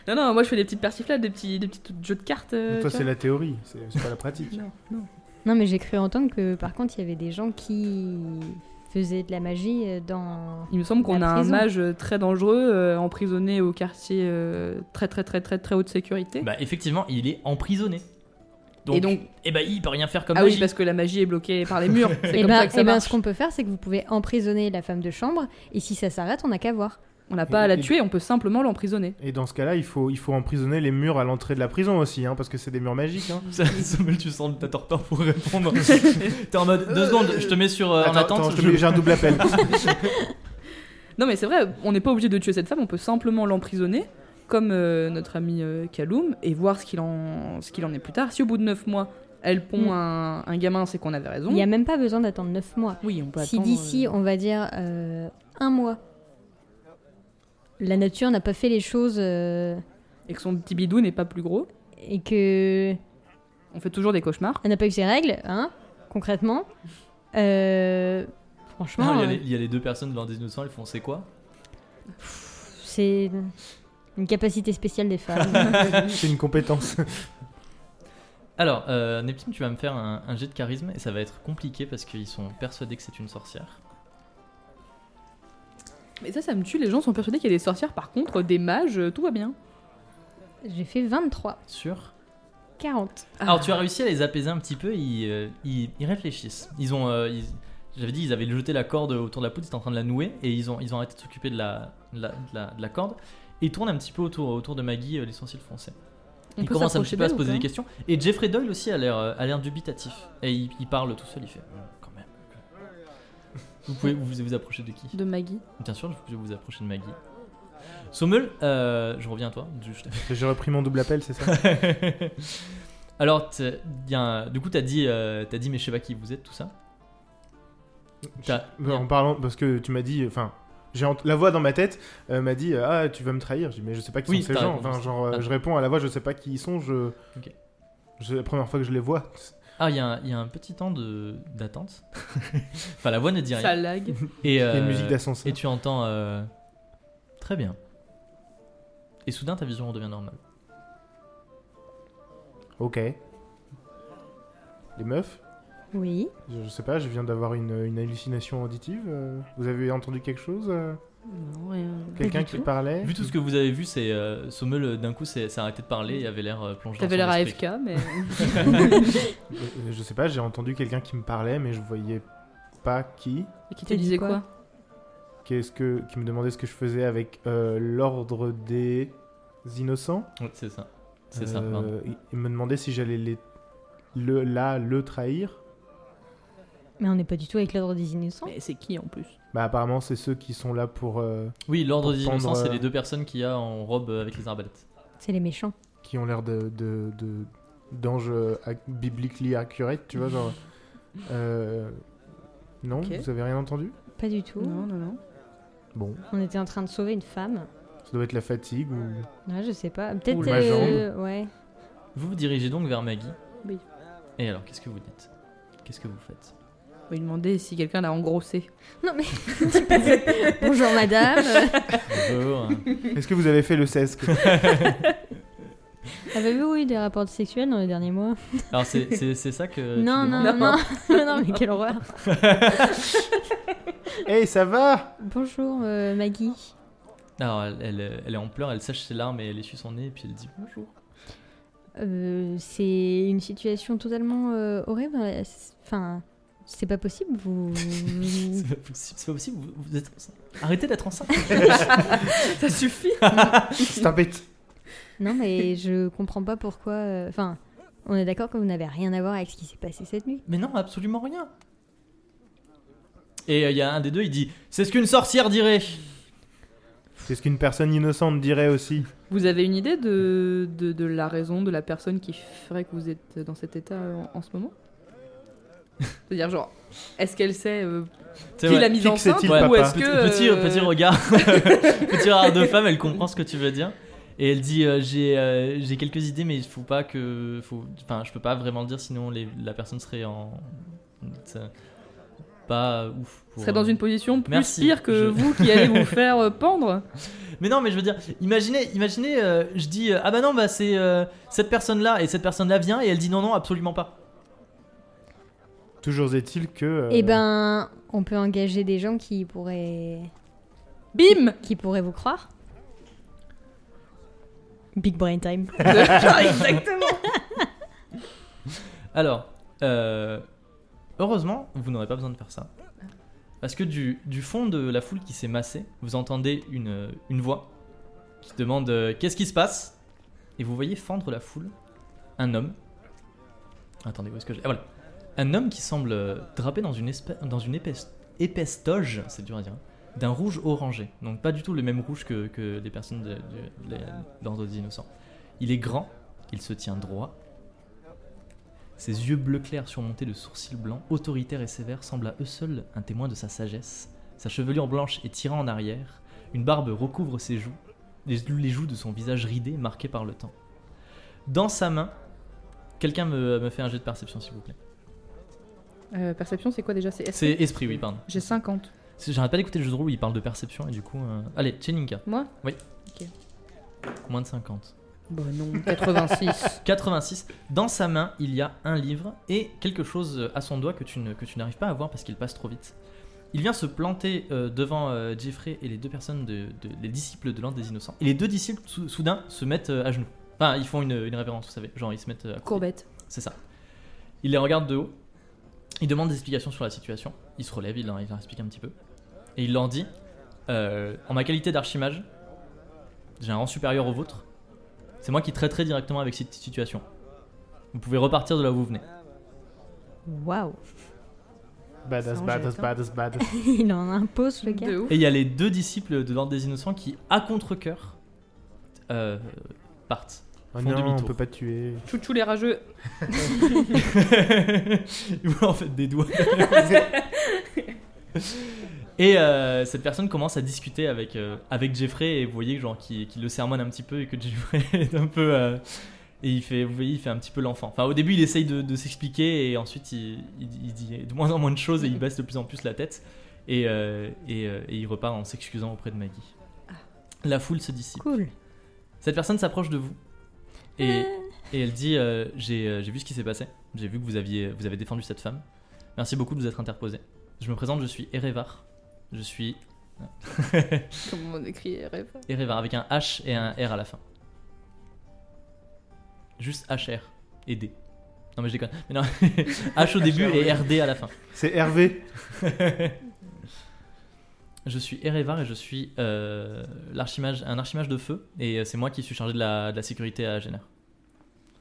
Non, non, moi je fais des petites persiflades, des petits, des petits jeux de cartes. euh,
Toi,
tu
c'est
vois.
la théorie, c'est c'est pas la pratique.
Non, non.
Non, mais j'ai cru entendre que par contre, il y avait des gens qui faisaient de la magie euh, dans.
Il me semble qu'on
La
a un
prison.
mage euh, très dangereux euh, emprisonné au quartier euh, très très très très très haute sécurité.
Bah, effectivement, il est emprisonné. Donc,
Et donc,
eh bah, il peut rien faire comme
ah oui,
magie.
parce que la magie est bloquée par les murs. C'est
Et
comme
ben,
ça que ça
eh ben,
marche.
ce qu'on peut faire, c'est que vous pouvez emprisonner la femme de chambre, et si ça s'arrête, on n'a qu'à voir.
On n'a pas à la
Et-
tuer, on peut simplement l'emprisonner.
Et dans ce cas-là, il faut, il faut emprisonner les murs à l'entrée de la prison aussi, hein, parce que c'est des murs magiques. Hein.
Ça, Sommel, tu sens le tâteur peur pour répondre. T'es en mode deux secondes, je te mets sur euh, en
Attends,
attente.
attends, je te
je-
mets- j'ai un double appel.
Non, mais c'est vrai, on n'est pas obligé de tuer cette femme, on peut simplement l'emprisonner, comme euh, notre ami euh, Kaloum, et voir ce qu'il en, ce qu'il en est plus tard. Si au bout de 9 mois, elle pond
Mm.
un, un gamin, c'est qu'on avait raison.
Il n'y a même pas besoin d'attendre 9 mois.
Oui, on peut
Si
attendre,
d'ici,
euh,
on va dire euh, un mois, la nature n'a pas fait les choses euh,
Et que son petit bidou n'est pas plus gros,
et que
on fait toujours des cauchemars.
elle n'a pas eu ses règles, hein, concrètement, euh, franchement,
Non, il y a
Ah.
euh,
les- il y, a les deux personnes de l'ordre des innocents, elles font c'est quoi
c'est une capacité spéciale des femmes.
c'est une compétence.
Alors, euh, Neptune, tu vas me faire un, un jet de charisme et ça va être compliqué parce qu'ils sont persuadés que c'est une sorcière.
Mais ça, ça me tue, les gens sont persuadés qu'il y a des sorcières, par contre, des mages, euh, tout va bien.
J'ai fait 23,
Sûr
40.
Ah.
Alors, tu as réussi à les apaiser un petit peu, ils, euh, ils, ils réfléchissent. Ils ont. euh, ils- J'avais dit, ils avaient jeté la corde autour de la poudre, ils étaient en train de la nouer et ils ont, ils ont arrêté de s'occuper de la, de, la, de la- de la corde. Et ils tournent un petit peu autour, autour de Maggie, euh, les sourcils foncés.
On
il
peut
commence un petit
s'approcher
peu à se
d'elle ou
poser
pas
des questions. Et Jeffrey Doyle aussi a l'air, euh, a l'air dubitatif. Et il, il parle tout seul, il fait Hum, quand même. Vous pouvez vous, vous approcher de qui
De Maggie.
Bien sûr, vous pouvez vous approcher de Maggie. Sommel, euh, je reviens à toi. Je- je-
j'ai repris mon double appel, c'est ça
Alors, t'es- y a un- du coup, t'as dit, euh, t'as dit, mais je sais pas qui vous êtes, tout ça. T'as-
En parlant, parce que tu m'as dit, enfin, j'ai ent- la voix dans ma tête euh, m'a dit, euh, ah, tu vas me trahir. J'ai dit, mais je sais pas qui
Oui,
sont ces
t'as
gens.
répondu
Enfin,
ça.
genre, euh,
Ah.
je réponds à la voix, je sais pas qui ils sont. Je,
Ok.
je- la première fois que je les vois.
Ah, il y, a un- y a un petit temps de- d'attente. enfin, la voix ne dit
Ça
rien.
lag.
Et,
Il y a une
euh,
musique d'ascenseur.
Et tu entends. euh, Très bien. Et soudain, ta vision redevient normale.
Ok. Les meufs
Oui.
je, je sais pas, je viens d'avoir une, une hallucination auditive. euh, Vous avez entendu quelque chose euh,
Non, rien.
Quelqu'un
du
qui
tout.
parlait
Vu tout ce que vous avez vu, c'est euh, Sommel euh, d'un coup s'est s'est arrêté de parler et avait l'air euh, plongé dans
T'avais
son
l'air
esprit.
AFK, mais.
Euh, euh, Je sais pas, j'ai entendu quelqu'un qui me parlait, mais je voyais pas qui.
Et qui te
T'as dit
disait
quoi
quoi
Qu'est-ce que, qui me demandait ce que je faisais avec euh, l'ordre des innocents.
Ouais, c'est ça. C'est ça,
Euh,
pardon.
il- Il me demandait si j'allais les, le, là le trahir.
Mais on n'est pas du tout avec l'ordre des innocents.
Mais c'est qui en plus
Bah apparemment c'est ceux qui sont là pour, euh,
Oui, l'ordre
pour
des
prendre,
innocents, c'est
euh,
les deux personnes qu'il y a en robe euh, avec les arbalètes.
C'est les méchants.
qui ont l'air de, de, de- d'anges euh, ac- biblically accurate, tu vois genre. Euh, non,
Ok.
vous avez rien entendu
Pas du tout.
Non, non, non.
Bon,
On était en train de sauver une femme.
ça doit être la fatigue ou.
Ouais, je sais pas. Peut-être.
Ou
ma
euh, ouais.
Vous vous dirigez donc vers Maggie.
Oui.
Et alors, qu'est-ce que vous dites Qu'est-ce que vous faites
On va lui demander si quelqu'un l'a engrossé.
Non mais. Bonjour madame.
Bonjour.
Est-ce que vous avez fait le sesque
Avez-vous eu des rapports sexuels dans les derniers mois
Alors, c'est c'est- c'est ça que. tu
Non, non,
demandes
non,
Non.
non, non, mais quelle horreur.
Hey, Eh, ça va
Bonjour euh, Maggie.
Alors, elle, elle- elle est en pleurs, elle sèche ses larmes et elle essuie son nez et puis elle dit bonjour.
Euh, c'est une situation totalement euh, horrible. Enfin, c'est pas possible. Vous.
C'est pas possible, c'est pas possible, vous, vous êtes enceinte. Arrêtez d'être enceinte.
Ça suffit
C'est un bête.
non mais je comprends pas pourquoi. euh, Enfin, on est d'accord que vous n'avez rien à voir avec ce qui s'est passé cette nuit.
Mais non, absolument rien. Et euh, il y a un des deux, il dit C'est ce qu'une sorcière dirait.
C'est ce qu'une personne innocente dirait aussi.
Vous avez une idée de, de, de la raison de la personne qui ferait que vous êtes dans cet état euh, en, en ce moment C'est-à-dire, genre, est-ce qu'elle sait euh,
C'est
qui
vrai.
l'a mise
Qui que
enceinte
c'est-il,
Ouais,
ou
papa
est-ce
petit,
que.
petit,
euh,
petit regard, petit regard de femme, elle comprend ce que tu veux dire. Et elle dit euh, j'ai euh, j'ai quelques idées mais il faut pas que faut enfin je peux pas vraiment le dire sinon les- la personne serait en ça- pas ouf.
Vous
pour,
serez dans
euh,
une position plus
Merci,
pire que
je-
vous qui allez vous faire euh, pendre.
Mais non, mais je veux dire, imaginez, imaginez, euh, je dis euh, ah bah non, bah c'est euh, cette personne là et cette personne là vient et elle dit non non absolument pas.
Toujours est-il que. euh,
Eh ben, on peut engager des gens qui pourraient,
Bim
qui pourraient vous croire. Big brain time.
Exactement
Alors, euh, heureusement, vous n'aurez pas besoin de faire ça. Parce que du, du fond de la foule qui s'est massée, vous entendez une, une voix qui demande euh, qu'est-ce qui se passe Et vous voyez fendre la foule un homme. Attendez, où est-ce que j'ai. Ah voilà. Un homme qui semble euh, drapé dans une, espè- dans une épaisse, épaisse toge, c'est dur à dire, hein, d'un rouge orangé. Donc pas du tout le même rouge que, que les personnes de, de- de la- l'ordre des innocents. Il est grand, il se tient droit. Ses yeux bleu clair surmontés de sourcils blancs, autoritaires et sévères, semblent à eux seuls un témoin de sa sagesse. Sa chevelure blanche est tirée en arrière, une barbe recouvre ses joues, les, les joues de son visage ridé marqué par le temps. Dans sa main, quelqu'un me, me fait un jet de perception s'il vous plaît.
Euh, Perception, c'est quoi déjà C'est
C'est
esprit
esprit, oui, pardon.
J'ai 50.
C'est- J'arrête pas d'écouter le jeu de rôle où il parle de perception et du coup... euh, Allez, Cheninka,
Moi
moins de 50.
Bon Bah non, 86.
86. Dans sa main, il y a un livre et quelque chose à son doigt que tu, ne- que tu n'arrives pas à voir parce qu'il passe trop vite. Il vient se planter euh, devant euh, Jeffrey et les deux personnes, de, de- les disciples de l'ordre des innocents. Et les deux disciples, sou- soudain, se mettent euh, à genoux. Enfin, ils font une, une révérence, vous savez. Genre, ils se mettent euh, à courir.
Courbette.
C'est ça. Il les regarde de haut. Il demande des explications sur la situation. Il se relève, il leur, il leur explique un petit peu. Et il leur dit euh, En ma qualité d'archimage, j'ai un rang supérieur au vôtre. C'est moi qui traiterai directement avec cette situation. Vous pouvez repartir de là où vous venez.
Waouh.
Badass,
C'est
badass,
Angélique, hein.
badass, badass.
Il en impose le gars.
De ouf.
Et il y a les deux disciples de l'ordre des innocents qui, à contre-coeur, euh, partent.
Oh
Font
non, on
demi-tour.
peut pas tuer.
Chouchou les rageux.
Vous en faites des doigts. et euh, cette personne commence à discuter avec, euh, avec Jeffrey et vous voyez genre qu'il qu'il le sermonne un petit peu et que Jeffrey est un peu euh, et il fait vous voyez il fait un petit peu l'enfant. Enfin au début il essaye de, de s'expliquer et ensuite il, il- il dit de moins en moins de choses et il baisse de plus en plus la tête et, euh, et, euh, et il repart en s'excusant auprès de Maggie. La foule se dissipe.
Cool.
Cette personne s'approche de vous et, et elle dit euh, J'ai euh, j'ai vu ce qui s'est passé, j'ai vu que vous, aviez, vous avez défendu cette femme. Merci beaucoup de vous être interposé. Je me présente, je suis Erevar. Je suis
Comment on écrit rêve
Erevar avec un H et un R à la fin. Juste HR et D. Non, mais je déconne. Mais non, H au début et RD à la fin.
C'est Hervé.
Je suis Erevar et je suis euh, l'archimage- un archimage de feu et euh, c'est moi qui suis chargé de la, de la sécurité à Génère.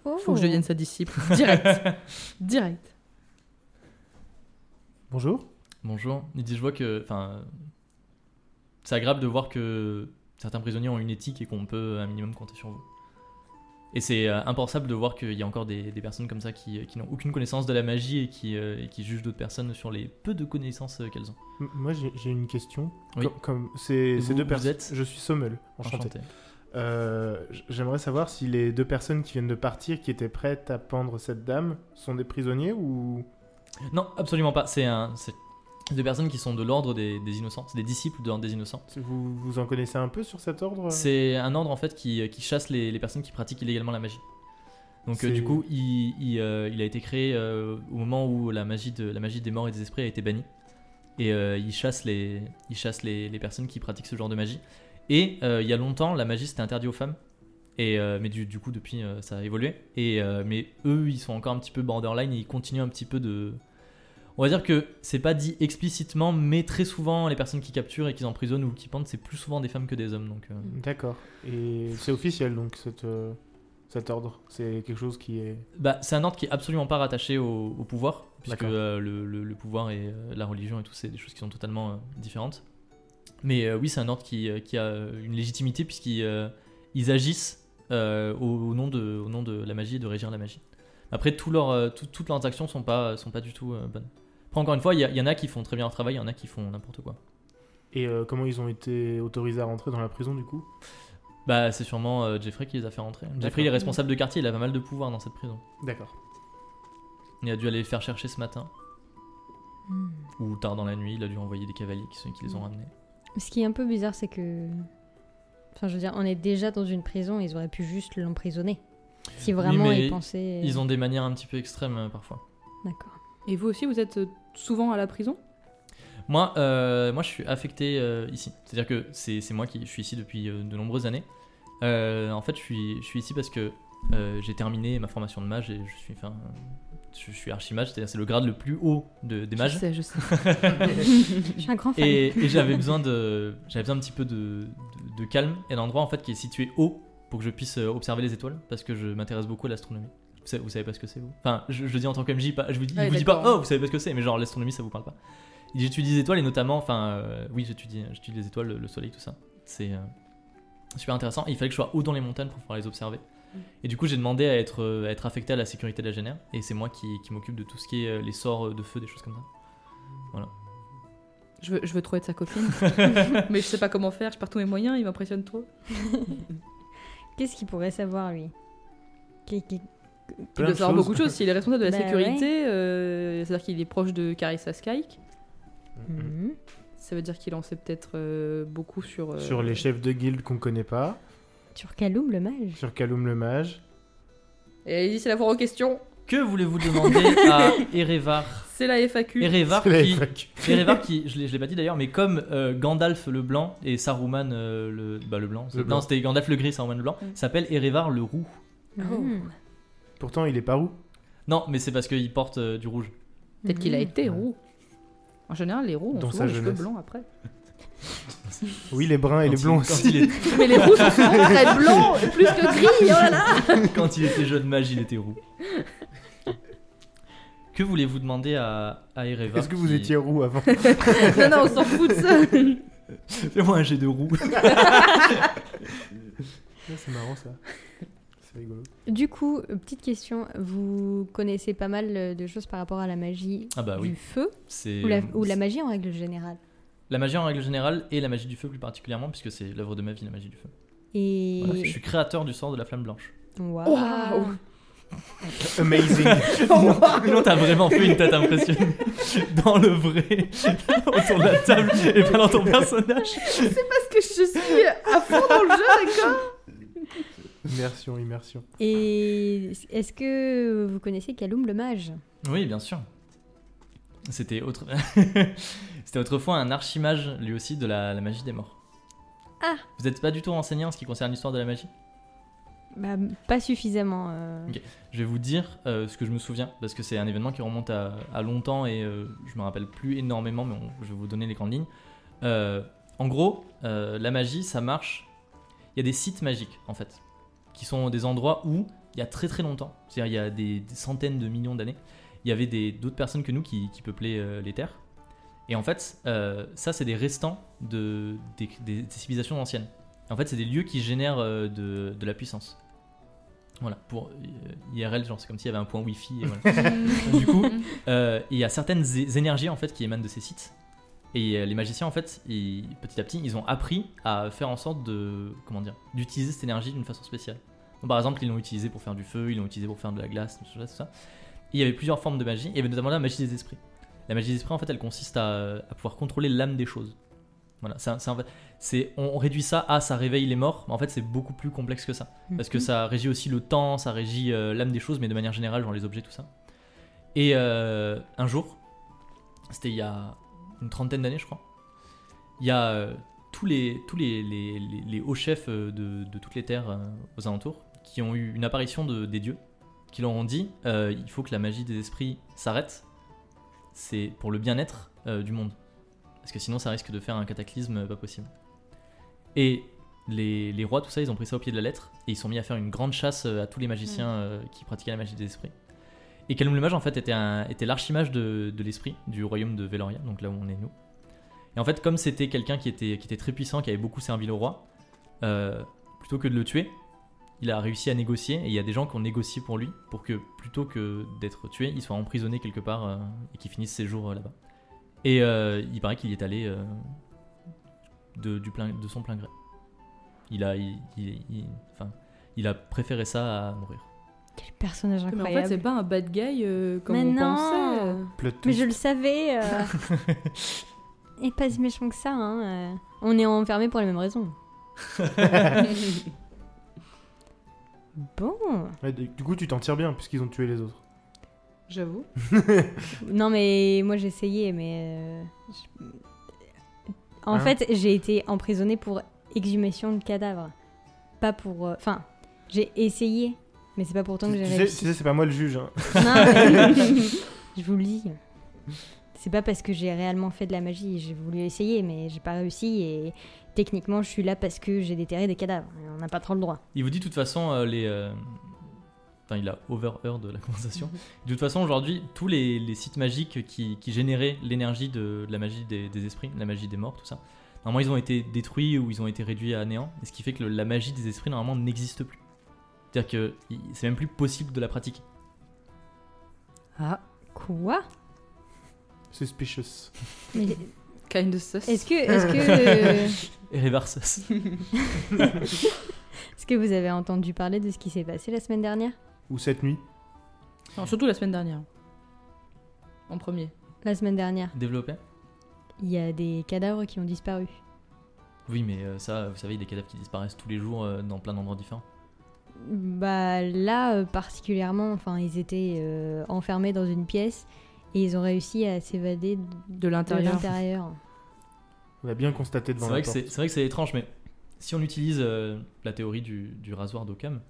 Faut que je devienne sa disciple. Direct. Direct.
Bonjour.
Bonjour. Il dit, je vois que, enfin, c'est agréable de voir que certains prisonniers ont une éthique et qu'on peut un minimum compter sur vous. Et c'est euh, impensable de voir qu'il y a encore des, des personnes comme ça qui, qui n'ont aucune connaissance de la magie et qui, euh, et qui jugent d'autres personnes sur les peu de connaissances euh, qu'elles ont.
M- Moi, j'ai j'ai une question.
Oui.
Comme- Comme ces, ces
Vous-
deux
vous
personnes.
êtes
Je suis Sommel. Enchanté.
Enchanté.
Euh, j- J'aimerais savoir si les deux personnes qui viennent de partir, qui étaient prêtes à pendre cette dame, sont des prisonniers ou.
Non, absolument pas. C'est un, c'est des personnes qui sont de l'ordre des, des innocents, c'est des disciples de l'ordre des innocents.
Vous, vous en connaissez un peu sur cet ordre
C'est un ordre en fait qui, qui chasse les, les personnes qui pratiquent illégalement la magie. Donc euh,
C'est-
du coup, il, il, euh, il a été créé euh, au moment où la magie, de, la magie des morts et des esprits a été bannie. Et euh, il chasse, les, il chasse les, les personnes qui pratiquent ce genre de magie. Et euh, il y a longtemps, la magie c'était interdit aux femmes. Et, euh, mais du, du coup, depuis, euh, ça a évolué. Et, euh, mais eux, ils sont encore un petit peu borderline et ils continuent un petit peu de... On va dire que c'est pas dit explicitement, mais très souvent, les personnes qui capturent et qui emprisonnent ou qui pendent, c'est plus souvent des femmes que des hommes. Donc, euh,
D'accord. Et c'est officiel donc cette, euh, cet ordre. C'est quelque chose qui est.
Bah, c'est un ordre qui est absolument pas rattaché au, au pouvoir, puisque
D'accord.
euh, le, le- le pouvoir et euh, la religion et tout, c'est des choses qui sont totalement euh, différentes. Mais euh, oui, c'est un ordre qui, euh, qui a euh, une légitimité, puisqu'ils euh, ils agissent euh, au, au nom de, au nom de la magie et de régir la magie. Après, tout leur, euh, tout- toutes leurs actions sont pas, sont pas du tout euh, bonnes. Après, encore une fois, il y, a- il y en a qui font très bien leur travail, il y en a qui font n'importe quoi.
Et euh, comment ils ont été autorisés à rentrer dans la prison du coup
Bah, c'est sûrement euh, Jeffrey qui les a fait rentrer. Jeffrey, il est responsable de quartier, il a pas mal de pouvoir dans cette prison.
D'accord.
Il a dû aller les faire chercher ce matin.
Oh.
Ou tard dans la nuit, il a dû envoyer des cavaliers qui, sont- qui les ont ramenés.
Ce qui est un peu bizarre, c'est que. Enfin, je veux dire, on est déjà dans une prison, ils auraient pu juste l'emprisonner. Si vraiment
mais
ils pensaient. euh,
Ils ont des manières un petit peu extrêmes euh, parfois.
D'accord.
Et vous aussi, vous êtes euh, souvent à la prison
Moi, euh, moi, je suis affecté euh, ici. C'est-à-dire que c'est c'est moi qui je suis ici depuis euh, de nombreuses années. Euh, en fait, je suis, je suis ici parce que euh, j'ai terminé ma formation de mage et je suis, enfin, euh, je suis archimage, c'est-à-dire c'est le grade le plus haut de- des mages.
Je sais, je sais.
Je suis un grand fan.
Et, et j'avais besoin de, j'avais besoin un petit peu de, de- de calme et d'endroit en fait qui est situé haut pour que je puisse euh, observer les étoles parce que je m'intéresse beaucoup à l'astronomie. Vous savez, vous savez pas ce que c'est vous Enfin, je, je le dis en tant que MJ, pas, je vous dis,
Ouais,
je vous dis pas,
d'accord.
oh, vous savez pas ce que c'est, mais genre l'astronomie ça vous parle pas. J'étudie les étoiles et notamment, enfin, euh, oui, j'étudie, j'étudie les étoiles, le, le soleil, tout ça. C'est euh, super intéressant. Et il fallait que je sois haut dans les montagnes pour pouvoir les observer. Et du coup, j'ai demandé à être, euh, à être affecté à la sécurité de la génère et c'est moi qui, qui m'occupe de tout ce qui est euh, les sorts de feu, des choses comme ça.
Je veux, je veux trop être sa copine. mais je sais pas comment faire, je perds tous mes moyens, il m'impressionne trop.
Qu'est-ce qu'il pourrait savoir, lui Qui- qui-
Il
Plein
doit
de
savoir
choses.
beaucoup de choses. S'il est responsable de la
Bah
sécurité, euh, c'est-à-dire qu'il est proche de Carissa Skyke,
Hmm.
Mhm.
Mhm.
ça veut dire qu'il en sait peut-être euh, beaucoup sur. euh,
Sur les chefs de guilde qu'on connaît pas,
Sur Kaloum, le mage
sur Kaloum le mage.
Et ici, c'est la foire aux questions.
Que voulez-vous demander à Erevar
C'est la FAQ.
Erevar
C'est la
qui,
FAQ.
Erevar qui, je l'ai je l'ai pas dit d'ailleurs, mais comme euh, Gandalf le blanc et Saruman euh, le, bah, le blanc, c'est-
Le blanc.
non c'était Gandalf le gris, Saruman le blanc,
Mm.
s'appelle Erevar le roux.
Oh.
Mhm.
Pourtant, il est pas roux.
Non, mais c'est parce qu'il porte euh, du rouge.
Peut-être qu'il a
Mhm.
été
Ouais.
roux. En général, les roux ont
Dans
souvent
sa
les cheveux
jeunesse.
blancs après.
Oui, les bruns et les
Quand il-
blonds
quand
aussi.
il est-
Mais les roux sont souvent très blancs, plus que gris, oh là là
quand il était jeune mage, il était roux. Que voulez-vous demander à, à Erevar
Est-ce que vous
qui-
étiez roux avant
Non, non, on s'en fout de ça
Fais-moi un jet de roux.
Ouais, C'est marrant ça. C'est rigolo.
Du coup, euh, petite question, vous connaissez pas mal euh, de choses par rapport à la magie
Ah bah oui,
du feu
c'est
ou la,
euh,
ou la magie en règle générale
la magie en règle générale et la magie du feu plus particulièrement puisque c'est l'œuvre de ma vie, la magie du feu.
Et.
Voilà, je suis créateur du sort de la flamme blanche.
Waouh.
Waouh.
Amazing.
Non, non, t'as vraiment fait une tête impressionnante dans le vrai autour de la table et pas dans ton personnage.
Parce que je suis à fond dans le jeu, d'accord
immersion, immersion.
Et est-ce que vous connaissez Kaloum le mage
Oui, bien sûr. C'était autre... c'était autrefois un archimage, lui aussi, de la, la magie des morts.
Ah.
Vous n'êtes pas du tout renseigné en ce qui concerne l'histoire de la magie
Bah, pas suffisamment. euh.
Ok. Je vais vous dire euh, ce que je me souviens, parce que c'est un événement qui remonte à, à longtemps et euh, je me rappelle plus énormément, mais on- je vais vous donner les grandes lignes. Euh, en gros, euh, la magie, ça marche. Il y a des sites magiques, en fait, qui sont des endroits où, il y a très très longtemps, c'est-à-dire il y a des, des centaines de millions d'années, il y avait des- d'autres personnes que nous qui, qui peuplaient euh, les terres. Et en fait, euh, ça, c'est des restants de, des, des- des civilisations anciennes. En fait, c'est des lieux qui génèrent euh, de- de la puissance. Voilà, pour euh, IRL, genre c'est comme s'il y avait un point wifi. Et voilà.
Mm.
du coup, euh, il y a certaines é- énergies en fait qui émanent de ces sites. Et euh, les magiciens en fait, ils- petit à petit, ils ont appris à faire en sorte de comment dire, d'utiliser cette énergie d'une façon spéciale. Donc, par exemple, ils l'ont utilisé pour faire du feu, ils l'ont utilisé pour faire de la glace, tout ça, tout ça. Et il y avait plusieurs formes de magie, et il y avait notamment la magie des esprits. La magie des esprits en fait, elle consiste à, à pouvoir contrôler l'âme des choses. Voilà, c'est un- c'est un- c'est- on réduit ça à ça réveille les morts, mais en fait c'est beaucoup plus complexe que ça. Parce que ça régit aussi le temps, ça régit euh, l'âme des choses, mais de manière générale, genre les objets, tout ça. Et euh, un jour, c'était il y a une trentaine d'années, je crois, il y a euh, tous les, tous les, les, les- les hauts chefs euh, de, de toutes les terres euh, aux alentours qui ont eu une apparition de, des dieux, qui leur ont dit euh, il faut que la magie des esprits s'arrête, c'est pour le bien-être euh, du monde. Parce que sinon, ça risque de faire un cataclysme euh, pas possible. Et les, les rois, tout ça, ils ont pris ça au pied de la lettre et ils sont mis à faire une grande chasse euh, à tous les magiciens euh, qui pratiquaient la magie des esprits. Et Calum le Mage, en fait, était, un- était l'archimage de, de l'esprit du royaume de Veloria, donc là où on est nous. Et en fait, comme c'était quelqu'un qui était, qui était très puissant, qui avait beaucoup servi le roi, euh, plutôt que de le tuer, il a réussi à négocier et il y a des gens qui ont négocié pour lui pour que plutôt que d'être tué, il soit emprisonné quelque part euh, et qu'il finisse ses jours euh, là-bas. Et euh, il paraît qu'il y est allé euh, de, du plein, de son plein gré. Il a, il, il- il- enfin, il a préféré ça à mourir.
Quel personnage
Mais en
incroyable.
fait, c'est pas un bad guy euh, comme
Mais
on
non.
pensait.
Plot
Mais
twist.
je le savais. euh. Et pas si méchant que ça. hein, euh. On est enfermés pour les mêmes raisons. Bon.
Ouais, du du coup, tu t'en tires bien puisqu'ils ont tué les autres.
J'avoue.
Non, mais moi j'ai essayé, mais. euh, je- En
Hein
fait, j'ai été emprisonnée pour exhumation de cadavre. Pas pour. euh, Enfin, j'ai essayé, mais c'est pas pourtant que
tu,
j'ai
tu sais, tu
réussi.
sais, c'est pas moi le juge. hein.
Non, mais- je vous le dis. C'est pas parce que j'ai réellement fait de la magie. J'ai voulu essayer, mais j'ai pas réussi. Et techniquement, je suis là parce que j'ai déterré des cadavres. Et On n'a pas trop le droit.
Il vous dit de toute façon euh, les. euh, Enfin, il a overheard de la conversation. De toute façon, aujourd'hui, tous les, les sites magiques qui, qui généraient l'énergie de, de la magie des, des esprits, de la magie des morts, tout ça, normalement, ils ont été détruits ou ils ont été réduits à néant. Et ce qui fait que le- la magie des esprits, normalement, n'existe plus. C'est-à-dire que il- c'est même plus possible de la pratiquer.
Ah,
Quoi
Suspicious.
Mais
kind of sus.
Est-ce que, est-ce que,
Et reverse.
est-ce que vous avez entendu parler de ce qui s'est passé la semaine dernière
Ou cette nuit.
Non, surtout la semaine dernière. En premier.
La semaine dernière,
Développé
il y a des cadavres qui ont disparu.
Oui, mais euh, ça, vous savez, il y a des cadavres qui disparaissent tous les jours euh, dans plein d'endroits différents.
Bah là euh, particulièrement, enfin ils étaient euh, enfermés dans une pièce et ils ont réussi à s'évader de
De
de
l'intérieur.
l'intérieur.
On l'a bien constaté devant
C'est
la
vrai, que
porte.
c'est c'est vrai que c'est étrange, mais si on utilise euh, la théorie du, du rasoir d'Occam,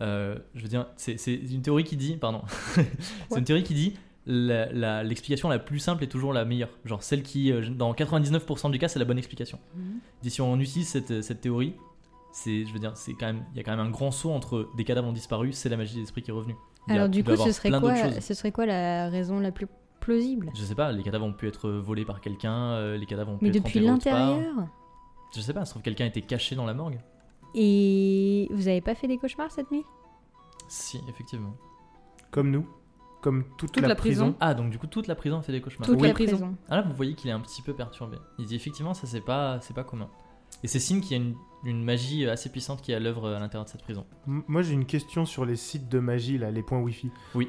euh, je veux dire, c'est c'est une théorie qui dit, pardon, c'est une théorie qui dit la- la- l'explication la, plus simple est toujours la meilleure. Genre celle qui, euh, dans 99% du cas, c'est la bonne explication.
Mhm.
Et si on utilise cette, euh, cette théorie, c'est, je veux dire, c'est quand même, il y a quand même un grand saut entre des cadavres ont disparu, c'est la magie des esprits qui est revenue. Il y a-
Alors
il
du
peut y
coup, ce
avoir
serait
plein d'autres
quoi,
choses.
ce serait quoi la raison la plus plausible
Je sais pas, les cadavres ont pu être volés par quelqu'un, euh, les cadavres ont pu
Mais
être
depuis
enterrés autre part.
l'intérieur
Je sais pas, ça se trouve quelqu'un était caché dans la morgue.
Et vous avez pas fait des cauchemars cette nuit
Si, effectivement.
Comme nous. Comme toute,
Toute
la,
la
prison.
prison.
Ah, donc du coup, toute la prison a fait des cauchemars.
Toute
Oui.
la prison.
Ah là, vous voyez qu'il est un petit peu perturbé. Il dit effectivement, ça c'est pas, c'est pas commun. Et c'est signe qu'il y a une, une magie assez puissante qui est à l'œuvre à l'intérieur de cette prison.
M- Moi, j'ai une question sur les sites de magie, là, les points Wi-Fi.
Oui.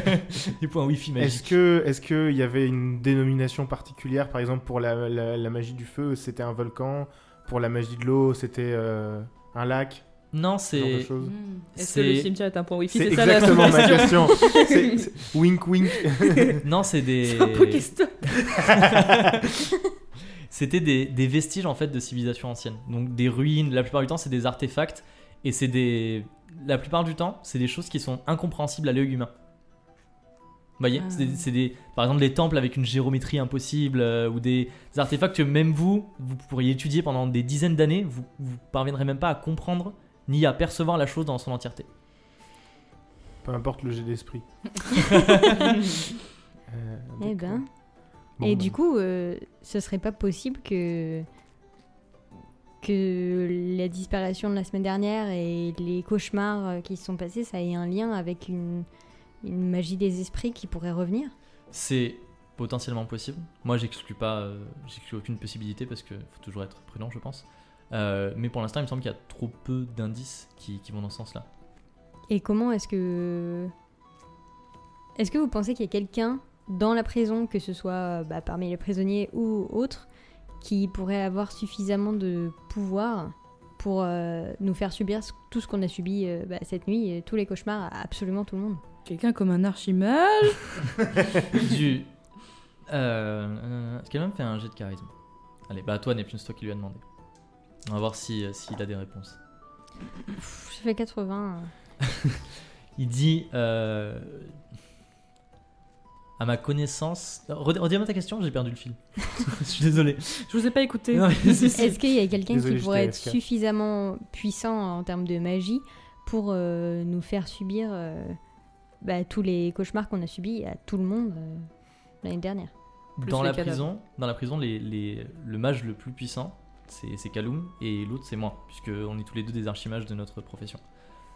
Les points wifi
Est-ce
magiques.
que, est-ce que il y avait une dénomination particulière, par exemple pour la, la- la magie du feu, c'était un volcan, pour la magie de l'eau, c'était euh, un lac,
Non,
ce genre de
c'est.
choses.
Mhm. Est-ce que
C'est-
le cimetière est un point wifi
C'est
ça, la
exactement ma
question.
question. C'est- c'est- Wink, wink.
Non, c'est des.
C'est un peu question.
C'était des, des vestiges en fait de civilisation ancienne. Donc des ruines, la plupart du temps c'est des artefacts et c'est des. La plupart du temps c'est des choses qui sont incompréhensibles à l'œil humain. Vous voyez
Ah.
c'est des- c'est des, Par exemple des temples avec une géométrie impossible euh, ou des, des artefacts que même vous, vous pourriez étudier pendant des dizaines d'années, vous, vous parviendrez même pas à comprendre ni à percevoir la chose dans son entièreté.
Peu importe le jet d'esprit. Euh,
Eh
donc,
ben.
bon,
Et
bah,
du coup, euh, ce serait pas possible que que la disparition de la semaine dernière et les cauchemars euh, qui se sont passés, ça ait un lien avec une, une magie des esprits qui pourrait revenir.
C'est potentiellement possible. Moi, j'exclus pas, euh, j'exclus aucune possibilité parce qu'il faut toujours être prudent, je pense. Euh, mais pour l'instant, il me semble qu'il y a trop peu d'indices qui, qui vont dans ce sens-là.
Et comment est-ce que est-ce que vous pensez qu'il y a quelqu'un dans la prison, que ce soit euh, bah, parmi les prisonniers ou autres, qui pourrait avoir suffisamment de pouvoir pour euh, nous faire subir ce- tout ce qu'on a subi euh, bah, cette nuit, et tous les cauchemars à absolument tout le monde
Quelqu'un comme un archimage
du. Euh, euh, Est-ce qu'elle m'a fait un jet de charisme Allez, bah toi, Neptune, c'est toi qui lui a demandé. On va voir si, euh, s'il a des réponses.
Je fais 80.
Il dit. euh, à ma connaissance. euh, Redis- Redis-moi ta question, j'ai perdu le fil. je suis désolé.
Je vous ai pas écouté.
Non, mais c'est-
Est-ce qu'il y a quelqu'un
Désolé,
qui
j'étais
pourrait être
AFK.
suffisamment puissant en termes de magie pour euh, nous faire subir euh, bah, tous les cauchemars qu'on a subis à tout le monde euh, l'année dernière
Plus
dans
les
la
cadavres.
prison, dans la prison, les, les- le mage le plus puissant, c'est c'est Kaloum, et l'autre c'est moi, puisque on est tous les deux des archimages de notre profession.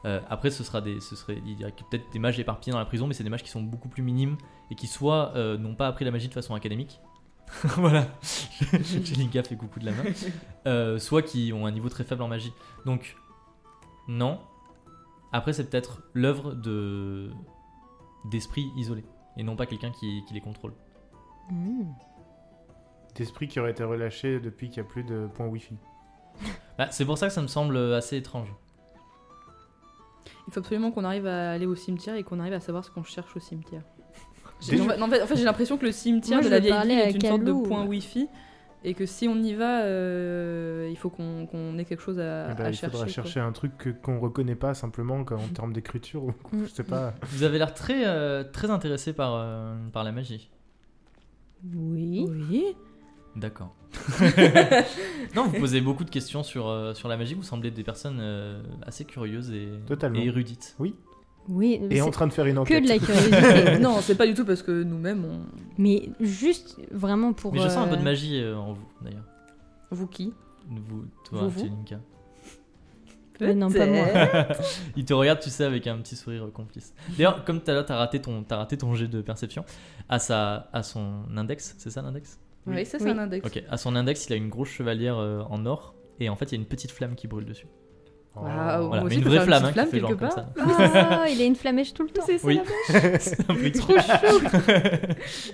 Euh, après, ce sera des, ce serait, il y a peut-être des mages éparpillés dans la prison, mais c'est des mages qui sont beaucoup plus minimes et qui soit euh, n'ont pas appris la magie de façon académique. voilà, Jelinka fait coucou de la main. Euh, soit qui ont un niveau très faible en magie. Donc non, Après, c'est peut-être l'œuvre de d'esprits isolés et non pas quelqu'un qui, qui les contrôle.
Hmm.
Mmh.
D'esprit qui aurait été relâché depuis qu'il n'y a plus de point wifi.
Bah, c'est pour ça que ça me semble assez étrange.
Il faut absolument qu'on arrive à aller au cimetière et qu'on arrive à savoir ce qu'on cherche au cimetière.
Des-
Non, en fait- en fait, en fait, j'ai l'impression que le cimetière
Moi,
de
je
la
veux
vieille
parler
ville
à
est une sorte de
Calou.
point wifi et que si on y va, euh, il faut qu'on qu'on ait quelque chose à,
Eh ben,
à
il
chercher.
faudra
quoi.
chercher un truc que- qu'on reconnaît pas simplement quoi, en termes d'écriture ou
Mm.
je sais pas.
Vous avez l'air très, euh, très intéressé par, euh, par la magie.
Oui.
Oui.
D'accord. non, vous posez beaucoup de questions sur, euh, sur la magie. Vous semblez des personnes euh, assez curieuses et,
Totalement.
et érudites.
Oui.
Et
c'est
en train de faire une
que
enquête.
de la curiosité.
non, c'est pas du tout parce que nous-mêmes, on...
Mais juste vraiment pour.
Mais je sens un peu de
euh,
magie euh, en vous, d'ailleurs.
vous qui
Vous, toi,
Vous, vous
Tchelinka.
euh, non, pas moi.
Peut-être.
Il te regarde, tu sais, avec un petit sourire complice. D'ailleurs, comme tout à l'heure, t'as raté ton, t'as raté ton jet de perception à sa, à son index, c'est ça l'index
Oui, ça c'est
Oui.
un index.
Ok. À son index, il a une grosse chevalière euh, en or et en fait, il y a une petite flamme qui brûle dessus.
Oh.
Waouh.
Voilà,
Moi
mais
aussi,
une
je peux
vraie
faire
flamme,
une
hein, qui
petite
fait genre
flamme
comme
quelque
ça.
Ah, il a une flamèche tout le temps.
C'est ça,
Oui.
la blague.
C'est un peu extra.
Trop chaud.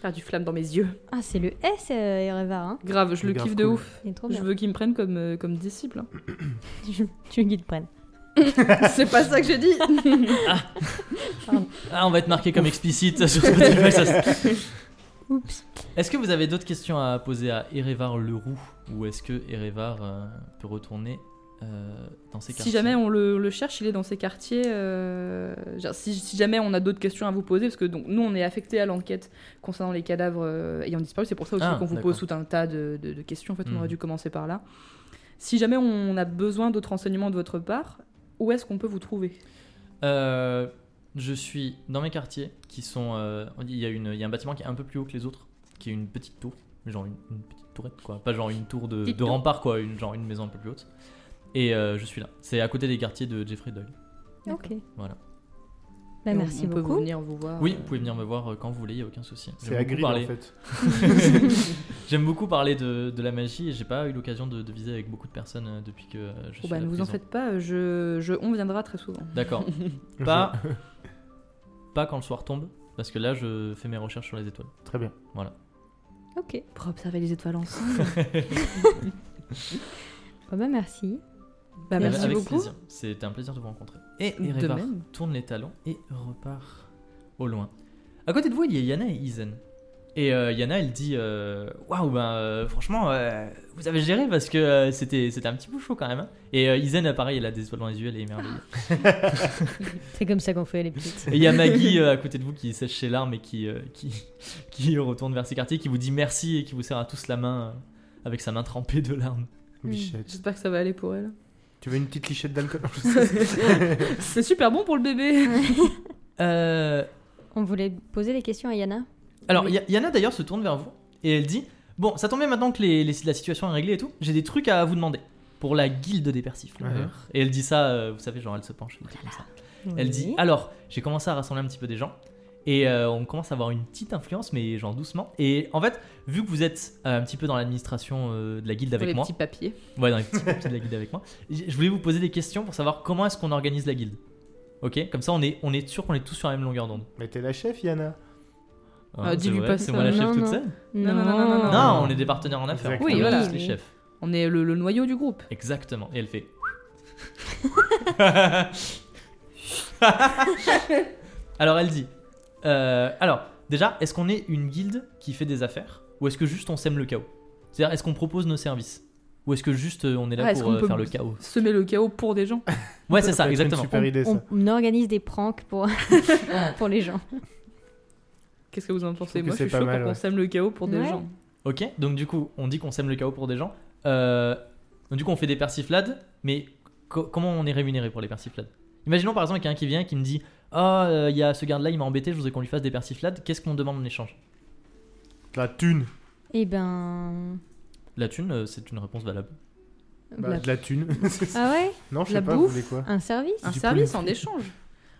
Faire du flamme dans mes yeux.
Ah, c'est le S, euh, Ereva. hein.
Grave, je le
Grave
kiffe de
cool.
ouf.
Il est trop
Je
bien.
veux qu'il me prenne comme, euh, comme disciple. hein.
Je- Tu veux qu'il te prenne.
c'est pas ça que j'ai dit.
Ah, on va être marqué comme explicite sur Spotify. ça-
Oups.
Est-ce que vous avez d'autres questions à poser à Erevar Leroux ou est-ce que Erevar euh, peut retourner euh, dans ses
Si
quartiers
jamais on le, le cherche, il est dans ces quartiers. euh, genre, si, si jamais on a d'autres questions à vous poser, parce que donc, nous, on est affecté à l'enquête concernant les cadavres euh, ayant disparu. C'est pour ça aussi
Ah,
qu'on vous
d'accord.
pose tout un tas de, de- de questions. En fait, on
Mhm.
aurait dû commencer par là. Si jamais on a besoin d'autres renseignements de votre part, où est-ce qu'on peut vous trouver
Euh, je suis dans mes quartiers qui sont. euh, Il y, a une- il y a un bâtiment qui est un peu plus haut que les autres, qui est une petite tour, genre une, une petite tourette quoi, pas genre une tour de,
Petite
de
tour.
rempart quoi, une, genre une maison un peu plus haute. Et euh, je suis là. C'est à côté des quartiers de Jeffrey Doyle.
Ok.
Voilà.
Bah,
Et on-
merci
on peut
beaucoup.
venir vous voir.
Oui,
euh,
vous pouvez venir me voir euh, quand vous voulez, il a aucun souci.
C'est
J'aime beaucoup
agréable
parler-
en fait.
J'aime beaucoup parler de, de la magie et j'ai pas eu l'occasion de, de viser avec beaucoup de personnes euh, depuis que euh, je suis.
oh, bah,
à la
ne vous en
prison.
faites pas, je, je- on viendra très souvent.
D'accord. pas,
Bah.
pas quand le soir tombe, parce que là je fais mes recherches sur les étoiles.
Très bien.
Ok.
Pour observer les étoiles ensemble.
Bon, bah, merci.
Bah, merci
avec
beaucoup.
plaisir. C'était un plaisir de vous rencontrer. Et
De
Erevar
même.
tourne les talons et repart au loin. À côté de vous, il y a Yana et Izen. Et euh, Yana, elle dit euh, Waouh, ben euh, franchement, euh, vous avez géré parce que euh, c'était c'était un petit peu chaud quand même. hein. Et euh, Izen, euh, pareil, elle a des étoiles dans les yeux, elle est merveilleuse.
C'est comme ça qu'on fait les petites.
Et il y a Maggie euh, à côté de vous qui sèche ses larmes et qui, euh, qui, qui retourne vers ses quartiers, qui vous dit merci et qui vous serre à tous la main euh, avec sa main trempée de larmes.
Hmm.
Lichette.
J'espère que ça va aller pour elle.
Tu veux une petite lichette d'alcool
C'est super bon pour le bébé.
Euh,
On voulait poser les questions à Yana.
alors,
Oui.
Ya- Yana d'ailleurs se tourne vers vous et elle dit Bon, ça tombe bien maintenant que les- les- la situation est réglée et tout, j'ai des trucs à vous demander pour la guilde des persifleurs.
Ouais.
Et elle dit ça, euh, vous savez, genre elle se penche, elle dit comme ça.
Ah
Elle dit
ah,
Alors, j'ai commencé à rassembler un petit peu des gens. Et euh, on commence à avoir une petite influence, mais genre doucement. Et en fait, vu que vous êtes euh, un petit peu dans l'administration euh, de la guilde
Pour les
avec moi,
petits papiers.
Ouais, dans les petits papiers de la guilde avec moi. J- Je voulais vous poser des questions pour savoir comment est-ce qu'on organise la guilde. Ok, comme ça on est, on est sûr qu'on est tous sur la même longueur d'onde.
Mais t'es la chef, Yana.
Ah,
dis-lui
c'est vrai,
pas
c'est
ça.
moi la chef
Non,
toute
non.
seule.
Non, non, non, non, non,
Non, on est des partenaires en affaires.
Exactement.
on est
Oui,
tous les
oui.
chefs.
On est le, le noyau du groupe.
Exactement. Et elle fait. alors elle dit. euh, alors déjà, est-ce qu'on est une guilde qui fait des affaires ou est-ce que juste on sème le chaos C'est-à-dire, est-ce qu'on propose nos services ou est-ce que juste euh, on est là
Ah, est-ce
pour
qu'on
euh,
peut-
faire le chaos
Semer le chaos pour des gens.
Ouais, c'est ça,
peut être une
exactement.
super idée, ça.
On, on organise des pranks pour, pour les gens.
Qu'est-ce que vous en pensez
que
Moi, je
c'est
suis
pas
chaud pour
mal,
qu'on
ouais.
sème le chaos pour des
Ouais.
gens.
Ok, donc du coup, on dit qu'on sème le chaos pour des gens. Euh, donc du coup, on fait des persiflades, mais co- comment on est rémunéré pour les persiflades Imaginons par exemple qu'il y a un qui vient et qui me dit Ah, euh, il y a ce garde-là, il m'a embêté, je voudrais qu'on lui fasse des persiflades. Qu'est-ce qu'on demande en échange
La thune.
Eh ben.
La thune, euh, c'est une réponse valable.
Bah,
la-
de la thune.
Ah ouais
non, je
la
sais pas,
bouffe.
vous voulez quoi
Un service
Un
Du
service
poulet
en échange.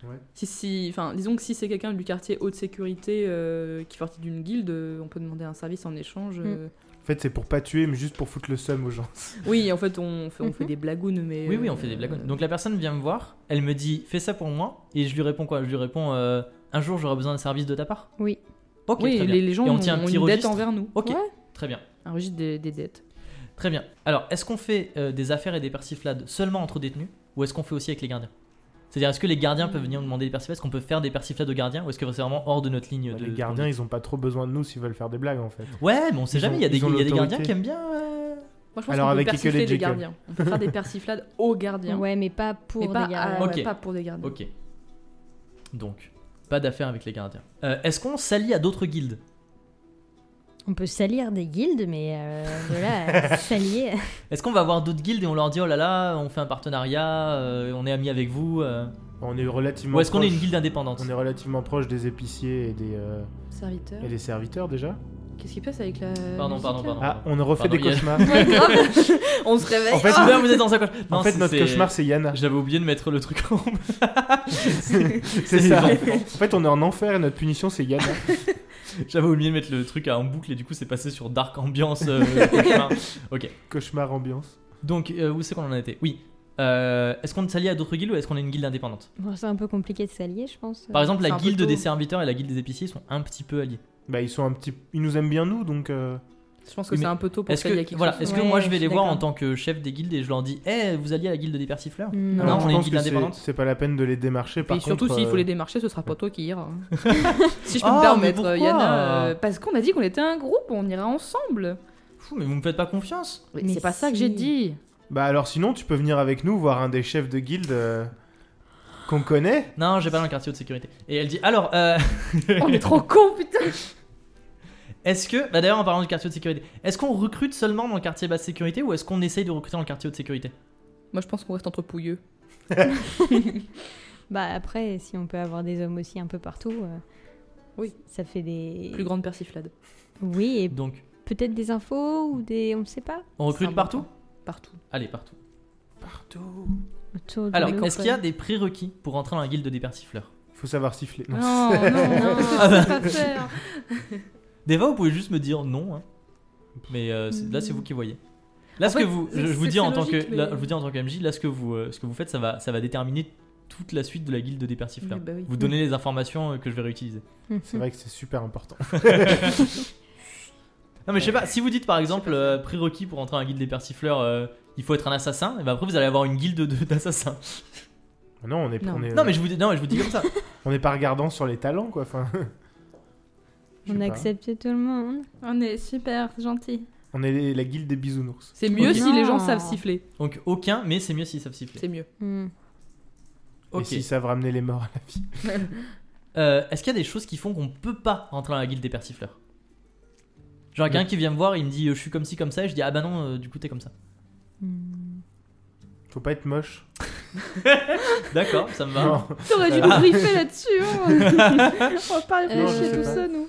Ouais.
Si, si, enfin, disons que si c'est
Mm.
quelqu'un du quartier haute sécurité euh, qui fait partie d'une guilde, euh, on peut demander un service en échange. euh,
En fait, c'est pour pas tuer, mais juste pour foutre le seum aux gens.
Oui, en fait, on fait, on fait
Mhm.
des blagounes, mais.
Oui,
euh,
oui, on fait des blagues. Donc la personne vient me voir, elle me dit fais ça pour moi, et je lui réponds quoi Je lui réponds euh, un jour j'aurai besoin de service de ta part.
Oui.
Ok,
oui,
très bien.
les, les gens
Et on
ont,
tient un
ont
petit
une dette
registre.
envers nous.
Ok,
Ouais.
très bien,
Un registre des, des dettes.
très bien. Alors, est-ce qu'on fait euh, des affaires et des persiflades seulement entre détenus, ou est-ce qu'on fait aussi avec les gardiens C'est-à-dire, est-ce que les gardiens peuvent venir nous demander des persiflades Est-ce qu'on peut faire des persiflades aux gardiens, ou est-ce que c'est vraiment hors de notre ligne de
Bah, les gardiens, ils ont pas trop besoin de nous s'ils veulent faire des blagues en fait.
Ouais, mais on sait
Ils
jamais.
ont-
Il y a des,
ils ont
il y a des
l'autorité.
gardiens qui aiment bien. euh,
Moi, je pense
Alors,
qu'on peut
avec Ekel et
persifler des
Jekyll.
gardiens. On peut faire des persiflades aux gardiens.
Ouais, mais pas pour
mais
des
pas,
gardiens.
à-
Ok.
pas pour des gardiens.
Ok. Donc, pas d'affaires avec les gardiens. Euh, est-ce qu'on s'allie à d'autres guildes
On peut salir des guildes, mais euh, de là à s'allier.
Est-ce qu'on va voir d'autres guildes et on leur dit oh là là, on fait un partenariat, euh, on est amis avec vous euh,
On est relativement.
Ou est-ce qu'on est une
proche-
guilde indépendante
On est relativement proche des épiciers et des, euh,
Serviteur.
et des serviteurs déjà.
Qu'est-ce qui passe avec la.
Pardon,
musique,
pardon,
là
pardon.
Ah, on a refait
Pardon,
des
il y a-
cauchemars.
Ouais, Oh. grave. on se réveille.
En fait,
Ah, vous êtes dans un cauchemar.
en
Non,
fait,
c'est-
notre
c'est-
cauchemar, c'est Yana.
J'avais oublié de mettre le truc en.
C'est ça. En fait, on est en enfer et notre punition, c'est Yana.
J'avais oublié de mettre le truc en boucle et du coup, c'est passé sur Dark Ambiance euh, cauchemar.
Cauchemar ambiance.
Donc, euh, où c'est qu'on en était Oui. Euh, est-ce qu'on s'allie à d'autres guildes ou est-ce qu'on est une guilde indépendante
Bon, c'est un peu compliqué de s'allier, je pense.
Par exemple,
Euh, c'est
la
un peu
guilde
tôt.
des serviteurs et la guilde des épiciers sont un petit peu alliés.
Bah, ils sont un petit. Ils nous aiment bien, nous, donc. euh,
Je pense que
Oui,
c'est
mais
un peu tôt pour hein.
Est-ce
ça. il y a
que,
quelque
voilà,
chose.
est-ce que
Ouais,
moi je
je
vais
suis
les voir en
d'accord.
tant que chef des guildes et je leur dis Eh, vous alliez à la guilde des persifleurs
Non.
Non.
alors,
on
je
est une
pense
guilde
que c'est-
indépendante
c'est pas la peine de les démarcher. par
Et surtout,
contre,
s'il faut
euh,
les démarcher, ce sera pas toi qui ira. si je peux
Ah,
me
mais
permettre,
pourquoi
Yana. euh, parce qu'on a dit qu'on était un groupe, on ira ensemble.
Fou, mais vous me faites pas confiance
Mais
Mais
c'est pas ça que j'ai
si.
dit.
Bah, alors, sinon, tu peux venir avec nous voir un des chefs de guilde euh, qu'on connaît.
Non, j'ai pas dans le quartier de sécurité. Et elle dit Alors, euh,
On est trop con, putain.
est-ce que. Bah d'ailleurs, en parlant du quartier de sécurité, est-ce qu'on recrute seulement dans le quartier basse sécurité ou est-ce qu'on essaye de recruter dans le quartier de sécurité
Moi, je pense qu'on reste entre pouilleux.
Bah après, si on peut avoir des hommes aussi un peu partout, euh,
Oui.
ça fait des.
Plus grande persiflade.
Oui, et
Donc,
peut-être des infos ou des, on ne sait pas.
on recrute
C'est
partout
Partout.
Allez, partout.
Partout.
Autour de
Alors,
nos-
est-ce qu'il y a des prérequis pour entrer dans la guilde des persifleurs
Faut savoir siffler. Non.
Non, non, non,
Ah
c'est
bah.
pas faire.
Deva, vous pouvez juste me dire non. hein. Mais euh, c'est- là, c'est vous qui voyez. Là,
Hmm. En
ce que
fait,
vous,
c'est-
je, je vous
c'est-
dis en
c'est
tant que,
logique,
là,
mais-
je vous dis en tant que MJ, là, ce que vous, euh, ce que vous faites, ça va, ça va déterminer toute la suite de la guilde des persifleurs.
Oui, bah oui.
Vous donnez les informations euh, que je vais réutiliser.
Hmm.
C'est vrai que c'est super important.
Non, mais je sais pas. Si vous dites par exemple euh, prérequis pour entrer dans la guilde des persifleurs, euh, il faut être un assassin. Et ben après, vous allez avoir une guilde de- d'assassins.
Non, on est,
Non.
On, est
Non, mais je vous dis, non, mais je vous dis comme ça.
on est pas regardant sur les talents, quoi. Enfin, je sais
On
pas.
accepte tout le monde.
On est super gentil.
On est les- la guilde des bisounours.
C'est mieux
Ok.
si les gens
Non.
savent siffler.
Donc aucun, mais c'est mieux s'ils savent siffler.
C'est mieux.
Hmm.
Et s'ils savent ramener les morts à la vie.
Euh, Est-ce qu'il y a des choses qui font qu'on peut pas entrer dans la guilde des persifleurs Genre, quelqu'un qui vient me voir, il me dit euh, je suis comme ci, comme ça, et je dis ah bah non, euh, du coup t'es comme ça.
Hmm.
Faut pas être moche.
D'accord, ça me va.
Non.
T'aurais
Ah.
dû nous briefer là-dessus. hein. On va pas
Euh, je
réfléchir
sais
tout
pas.
ça, nous.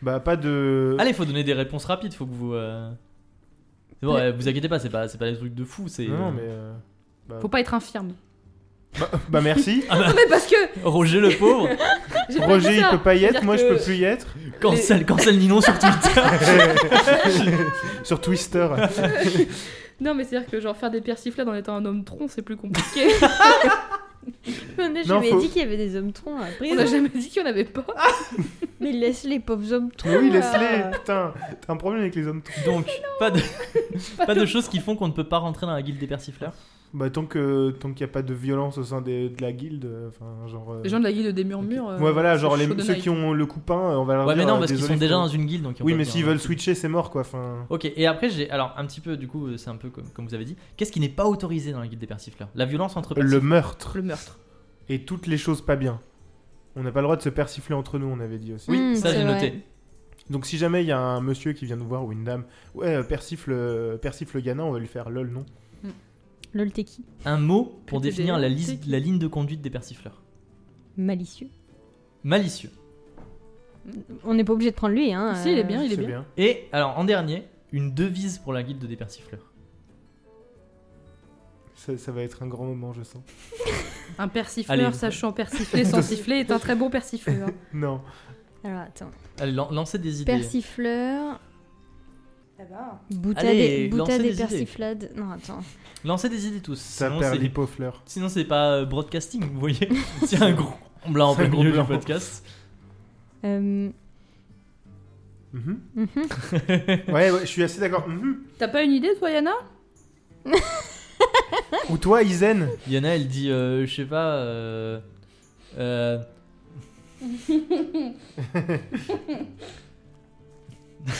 Bah, pas de.
Allez, faut donner des réponses rapides, faut que vous. euh, C'est bon,
Ouais.
euh, vous inquiétez pas, c'est pas, c'est pas des trucs de fou, c'est.
Non,
euh,
mais. euh, bah,
Faut pas être infirme.
bah, bah, merci.
Non, mais parce que
euh, Roger le pauvre,
j'ai pas
Roger,
dit
il
ça.
peut pas y être.
C'est-à-dire
Moi, je
que-
peux plus y être.
cancel, cancel Ninon sur Twitter.
sur Twister.
Non, mais c'est-à-dire que genre faire des persiflades en étant un homme tronc, c'est plus compliqué.
On a
Non,
jamais
faut-
dit qu'il y avait des hommes troncs à la
On n'a
prison.
jamais dit qu'il y en avait pas.
Mais laisse les pauvres hommes troncs.
Mais oui,
là. Mm,
laisse-les. Putain, t'as un problème avec les hommes. troncs.
Donc, pas de, pas de choses qui font qu'on ne peut pas rentrer dans la guilde des persifleurs.
Bah, tant que tant qu'il y a pas de violence au sein des- de la guilde. euh, Enfin, genre. euh,
Les gens de la guilde des murmures. euh,
ouais, voilà,
c'est
genre les,
chaud de
ceux
night.
qui ont le coupin, euh, on va leur
Ouais,
dire.
mais non,
euh,
parce qu'ils
désolé,
sont déjà
faut-
dans une guilde, donc. ils ont
Oui,
pas
mais
besoin.
s'ils veulent switcher, c'est mort, quoi. Enfin.
euh, Ok, et après, j'ai. Alors, un petit peu, du coup, euh, c'est un peu comme, comme vous avez dit. Qu'est-ce qui n'est pas autorisé dans la guilde des persifleurs La violence entre
Le
persifleurs.
meurtre.
Le meurtre.
Et toutes les choses pas bien. On n'a pas le droit de se persifler entre nous, on avait dit aussi.
Oui,
Mm,
ça
c'est
j'ai
vrai.
noté.
Donc si jamais il y a un monsieur qui vient nous voir ou une dame, ouais, euh, persifle, euh, persifle Ghana, on va lui faire lol, non
Lol, t'es qui
Un mot pour
Putain,
définir la,
c'est
liste-
qui
la ligne de conduite des persifleurs.
Malicieux.
Malicieux.
On n'est pas obligé de prendre lui, hein.
Si, il est bien, il
C'est
est bien.
bien.
Et alors en dernier, une devise pour la guilde des persifleurs.
Ça, ça va être un grand moment, je sens.
Un persifleur
Allez.
sachant persifler sans siffler est un très bon persifleur.
Non.
Alors attends.
Allez, lan- lancez des idées.
Persifleur.
Eh ben,
Boutade,
Allez,
et, boutade
lancez
et
des idées.
persiflades. Non, attends.
Lancez des idées tous.
Ça
sinon,
perd
c'est-
l'hypofleur.
Sinon, c'est pas euh, broadcasting, vous voyez. c'est un gros blanc en plein
Un gros
milieu du
blanc.
podcast.
Euh,
Mhm.
mhm.
Ouais, ouais, je suis assez d'accord. Mhm.
T'as pas une idée, toi, Yana
Ou toi, Isen
Yana, elle dit, euh, je sais pas. euh, euh,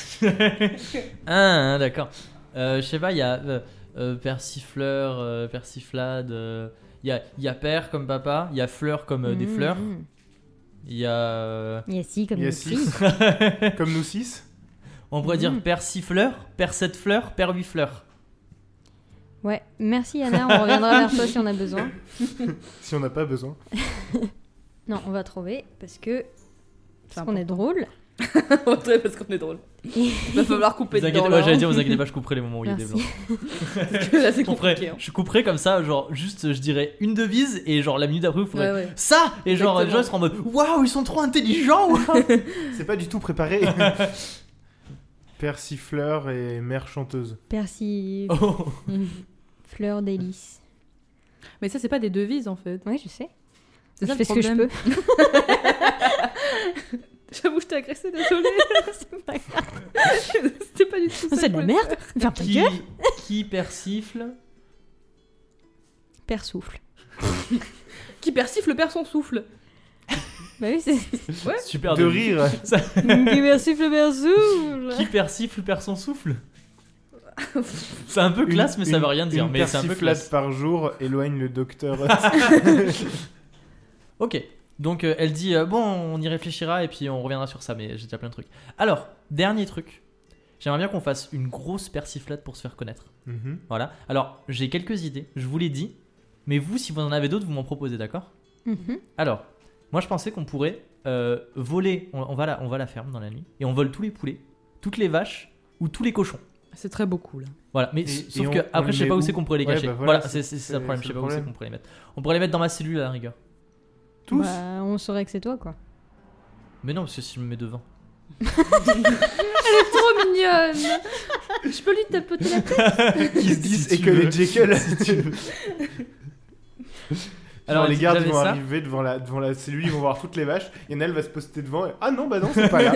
ah, ah, d'accord. Euh, je sais pas, il y a euh, euh, persifleur, euh, persiflade. euh, Il y, a, il y a père comme papa, il y a fleur comme euh, des
Mhm.
fleurs, il y a. euh,
Il y a mm. si comme
Il y a
des filles.
six. Comme nous six.
On pourrait dire
Mhm.
père six fleurs, père sept fleurs, père huit fleurs.
Ouais, merci Yana, on reviendra vers toi si on a besoin.
Si on n'a pas besoin.
Non, on va trouver parce que
C'est
parce qu'on est drôle.
Ouais, parce qu'on est drôle. Il va falloir couper
Vous inquiétez
dedans.
pas,
là,
j'allais
hein,
dire, vous inquiétez pas, je couperai les moments où il y a des
Merci.
blancs.
parce que là, c'est
Je couperai,
compliqué. hein.
je couperai comme ça, genre juste je dirais une devise et genre la minute d'après vous ferez
Ouais, ouais.
ça et genre les
Exactement.
gens seront en mode waouh ils sont trop intelligents waouh.
C'est pas du tout préparé. Persifleur et mère chanteuse.
Percy,
Oh.
fleur d'hélice.
Mais ça, c'est pas des devises, en fait.
Ouais, je sais. Je
C'est ça le
fais ce que je
problème.
peux.
J'avoue, je t'ai agressé, désolé.
C'est pas grave.
C'était pas du tout
Ah,
ça.
Ah, C'est de la
quoi.
merde. Ferme ta
qui,
gueule.
qui persifle
Père souffle.
Qui persifle perd son souffle.
Bah oui, c'est.
super
de
devise.
rire.
Ça-
Père souffle, père souffle.
qui persifle perd son souffle c'est un peu classe mais ça veut rien dire
une
mais c'est un peu
persiflade
classe
par jour éloigne le docteur.
ok donc euh, elle dit euh, bon on y réfléchira et puis on reviendra sur ça mais j'ai déjà plein de trucs alors dernier truc j'aimerais bien qu'on fasse une grosse persiflade pour se faire connaître
Mhm.
Voilà. Alors, j'ai quelques idées, je vous l'ai dit. Mais vous, si vous en avez d'autres, vous m'en proposez, d'accord
Mhm.
Alors, moi, je pensais qu'on pourrait euh, voler. On, on va la, on va à la ferme dans la nuit. Et on vole tous les poulets, toutes les vaches ou tous les cochons.
C'est très beau, cool.
Voilà. Mais
Et-
s-
et
sauf
on-
que,
on
après,
les
je sais
met
pas où
où
c'est qu'on pourrait les
Ouais,
cacher.
bah
voilà,
voilà,
c'est
c'est-
c'est- c'est ça le
c'est-
problème.
c'est
Je sais pas
le
où c'est
problème.
qu'on pourrait les mettre. On pourrait les mettre dans ma cellule à la rigueur.
Tous
Bah, on saurait que c'est toi quoi.
Mais non, parce que si je me mets devant.
Trop mignonne Je peux lui tapoter la tête
qui se disent et que les Jekyll. Alors les gardes
j'avais
vont
ça.
arriver devant la, devant la cellule, ils vont voir toutes les vaches. Il y en a, elle va se poster devant. et, ah non, bah non, c'est pas là.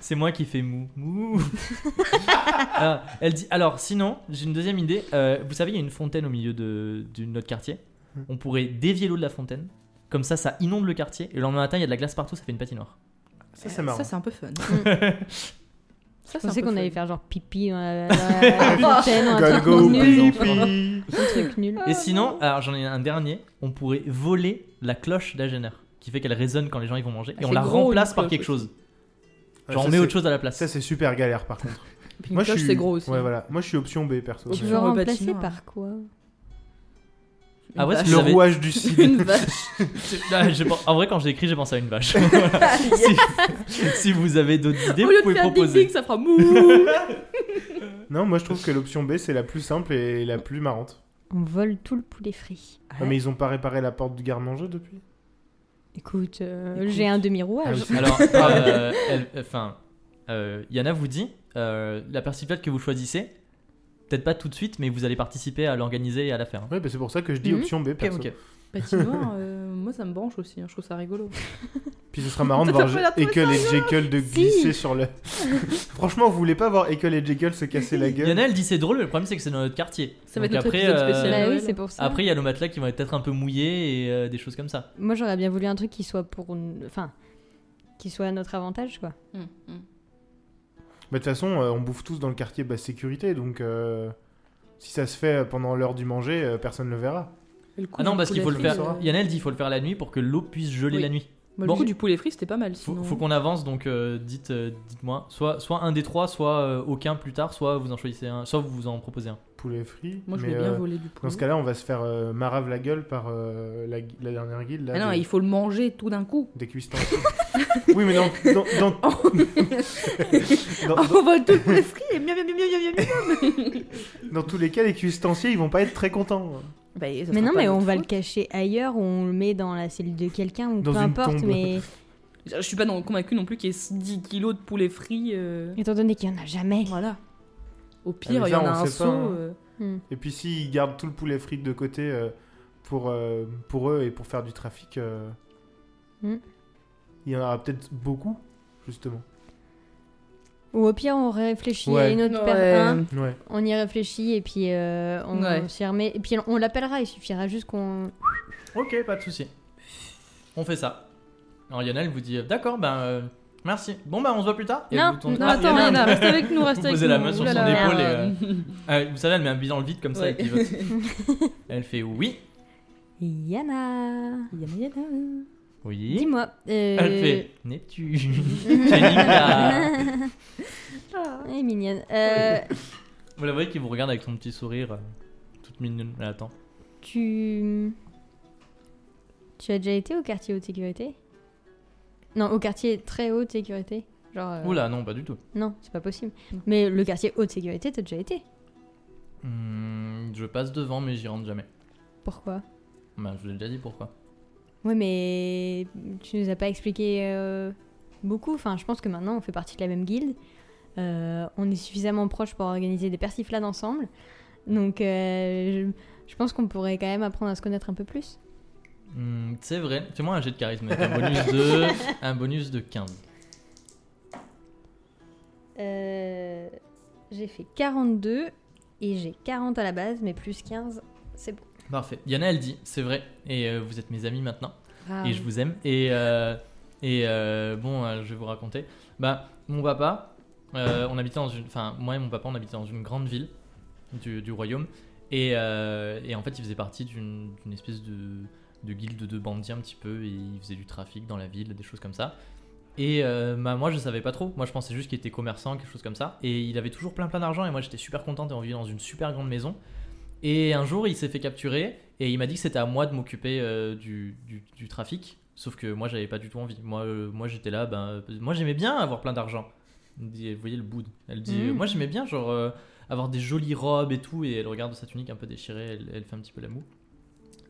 C'est moi qui fais mou. Mou. Ah, elle dit alors sinon j'ai une deuxième idée. Euh, vous savez il y a une fontaine au milieu de, de notre quartier.
Hmm.
On pourrait dévier l'eau de la fontaine. Comme ça ça inonde le quartier et le lendemain matin il y a de la glace partout ça fait une patinoire.
Ça, c'est marrant.
Ça, c'est un peu fun. ça,
Je
c'est un
pensais
peu
qu'on
fun.
allait faire genre pipi dans la, dans la fontaine ou un
Gotta
truc
go,
nul.
baby.
Un truc nul.
Oh
et sinon alors j'en ai un dernier. On pourrait voler la cloche d'Agener qui fait qu'elle résonne quand les gens ils vont manger et
Ah,
on
c'est
la
gros, une
remplace par
cloche
quelque chose. Genre
Ça,
on met autre
c'est-
chose à la place.
Ça, c'est super galère par contre.
Puis une cloche,
je suis-
c'est gros aussi.
Ouais, voilà. Moi, je suis option B perso.
Option-
Tu
Ouais.
veux
Genre au
remplacer
bâtiment,
par quoi
Une
Ah ouais,
vache.
je
Le
savais-
rouage du cid.
Une vache.
Ah, j'ai pas- En vrai quand j'ai écrit j'ai pensé à une vache. Voilà. si... si vous avez d'autres idées
Au
vous
lieu de
pouvez
faire ding
proposer.
ding, ça fera mou
Non, moi, je trouve que l'option B, c'est la plus simple et la plus marrante.
On vole tout le poulet frit.
Ah, mais ils ont pas réparé la porte du garde-manger depuis
Écoute, euh,
Écoute.
j'ai un demi-rouage.
Ah oui, c'est-
Alors, euh, elle- enfin, euh, Yana vous dit, euh, la persiflette que vous choisissez, peut-être pas tout de suite, mais vous allez participer à l'organiser et à la faire. hein.
Ouais, bah, c'est pour ça que je dis
Mhm.
option B
Ok,
perso.
ok.
Patinoire, euh, moi, ça me branche aussi. hein, Je trouve ça rigolo.
Puis ce sera marrant de
T'as
voir
pas l'air
Je-
trouvé
Ekel et Jekyll de glisser sur le. Franchement, vous voulez pas voir Ekel et Jekyll se casser la gueule
Yana, elle dit c'est drôle, mais le problème c'est que c'est dans notre quartier.
Ça va
Donc
être notre
après,
épisode
euh,
spécial.
Bah oui,
Noël.
c'est pour ça.
Après, il y a nos matelas qui vont être peut-être un peu mouillés et euh, des choses comme ça.
Moi, j'aurais bien voulu un truc qui soit pour. une- Enfin, qui soit à notre avantage, quoi.
Hum, hum.
Bah, de toute façon, euh, on bouffe tous dans le quartier basse sécurité, donc euh, si ça se fait euh, pendant l'heure du manger, euh, personne ne le verra.
Et le coup
Ah
du
non, parce qu'il faut
poulet
le
frit,
faire.
euh,
Yana, elle dit il faut le faire la nuit pour que l'eau puisse geler
Oui.
la nuit.
Moi,
Bon.
Le coup du poulet frit, c'était pas mal.
Faut,
Sinon...
faut qu'on avance, donc euh, dites, euh, dites-moi. Soit, soit un des trois, soit euh, aucun plus tard, soit vous en choisissez un, soit vous en proposez un.
Poulet frit.
Moi, je
mais,
voulais bien
euh,
voler du poulet.
Dans ce cas-là, on va se faire euh, marave la gueule par euh, la, la dernière guilde. Là,
Ah non,
des,
il faut le manger tout d'un coup.
des cuistons. oui, mais non. Dans, dans- dans-
on vole tout le poulet frit et miam, miam, miam, miam, miam, miam.
dans tous les cas, les cuistanciers, ils vont pas être très contents.
Bah, ça
mais
sera
non,
pas
mais
notre
on va le
faute.
cacher ailleurs ou on le met dans la cellule de quelqu'un ou
Dans
peu
une
importe,
tombe.
mais
Je suis pas non- convaincue non plus qu'il y ait 10 kilos de poulet frit. euh,
étant donné qu'il n'y en a jamais.
Voilà. Au
Ah,
pire,
mais
il y
ça,
en a
on
un
sait
saut.
pas, hein.
euh,
Hmm.
Et puis s'ils gardent tout le poulet frit de côté euh, pour, euh, pour eux et pour faire du trafic, euh,
Mm.
il y en aura peut-être beaucoup, justement.
Ou au pire, on réfléchit à
Ouais.
une autre
Ouais.
paire.
Ouais.
On y réfléchit et puis euh, on
Ouais.
s'y remet. Et puis on l'appellera, il suffira juste qu'on.
Ok, pas de souci. On fait ça. Alors Lionel vous dit, euh, d'accord, ben euh, merci. Bon ben on se voit plus tard.
Non,
vous tournez-
non,
Ah,
Attends,
Lionel,
Yana, reste avec nous, reste
Vous
avec nous.
posez la main sur
Ouh là
son
là.
épaule euh, vous savez, elle met un bilan dans le vide comme ça
Ouais.
et pivote. Elle fait oui,
Yana
Yana, Yana.
oui.
Dis-moi. euh,
Elle fait Neptune.
Ah.
Janina.
Elle est mignonne. Euh,
Vous la voyez qui vous regarde avec son petit sourire, euh, toute mignonne. Elle attend.
tu. Tu as déjà été au quartier haute sécurité Non, au quartier très haute sécurité. Genre. euh,
Oula, non, pas du tout.
Non, c'est pas possible. Mais le quartier haute sécurité, t'as déjà été.
Hmm, je passe devant, mais j'y rentre jamais.
Pourquoi
Ben, je vous ai déjà dit pourquoi.
Ouais, mais tu nous as pas expliqué euh, beaucoup. Enfin, je pense que maintenant on fait partie de la même guilde. Euh, on est suffisamment proches pour organiser des persiflades ensemble. Donc, euh, je, je pense qu'on pourrait quand même apprendre à se connaître un peu plus.
Hmm, c'est vrai. Fais-moi un jet de charisme avec un bonus de, un bonus de 15.
Euh, j'ai fait 42 et j'ai 40 à la base, mais plus 15, c'est bon.
Parfait. Yana, elle dit, c'est vrai. Et euh, vous êtes mes amis maintenant.
Ah,
et je vous aime. Et, euh, et euh, bon, euh, je vais vous raconter. Bah, mon papa, euh, on habitait dans une. Enfin, moi et mon papa, on habitait dans une grande ville du, du royaume. Et, euh, et en fait, il faisait partie d'une d'une espèce de, de guilde de bandits un petit peu. Et il faisait du trafic dans la ville, des choses comme ça. Et euh, bah, moi, je savais pas trop. Moi, je pensais juste qu'il était commerçant, quelque chose comme ça. Et il avait toujours plein plein d'argent. Et moi, j'étais super contente. Et on vivait dans une super grande maison. Et un jour, il s'est fait capturer et il m'a dit que c'était à moi de m'occuper euh, du, du- du trafic. Sauf que moi, j'avais pas du tout envie. Moi, euh, moi j'étais là, ben, euh, moi j'aimais bien avoir plein d'argent. Elle dit- Vous voyez le boude Elle dit
Mhm.
euh, Moi, j'aimais bien genre euh, avoir des jolies robes et tout. Et elle regarde sa tunique un peu déchirée, elle, elle fait un petit peu la moue.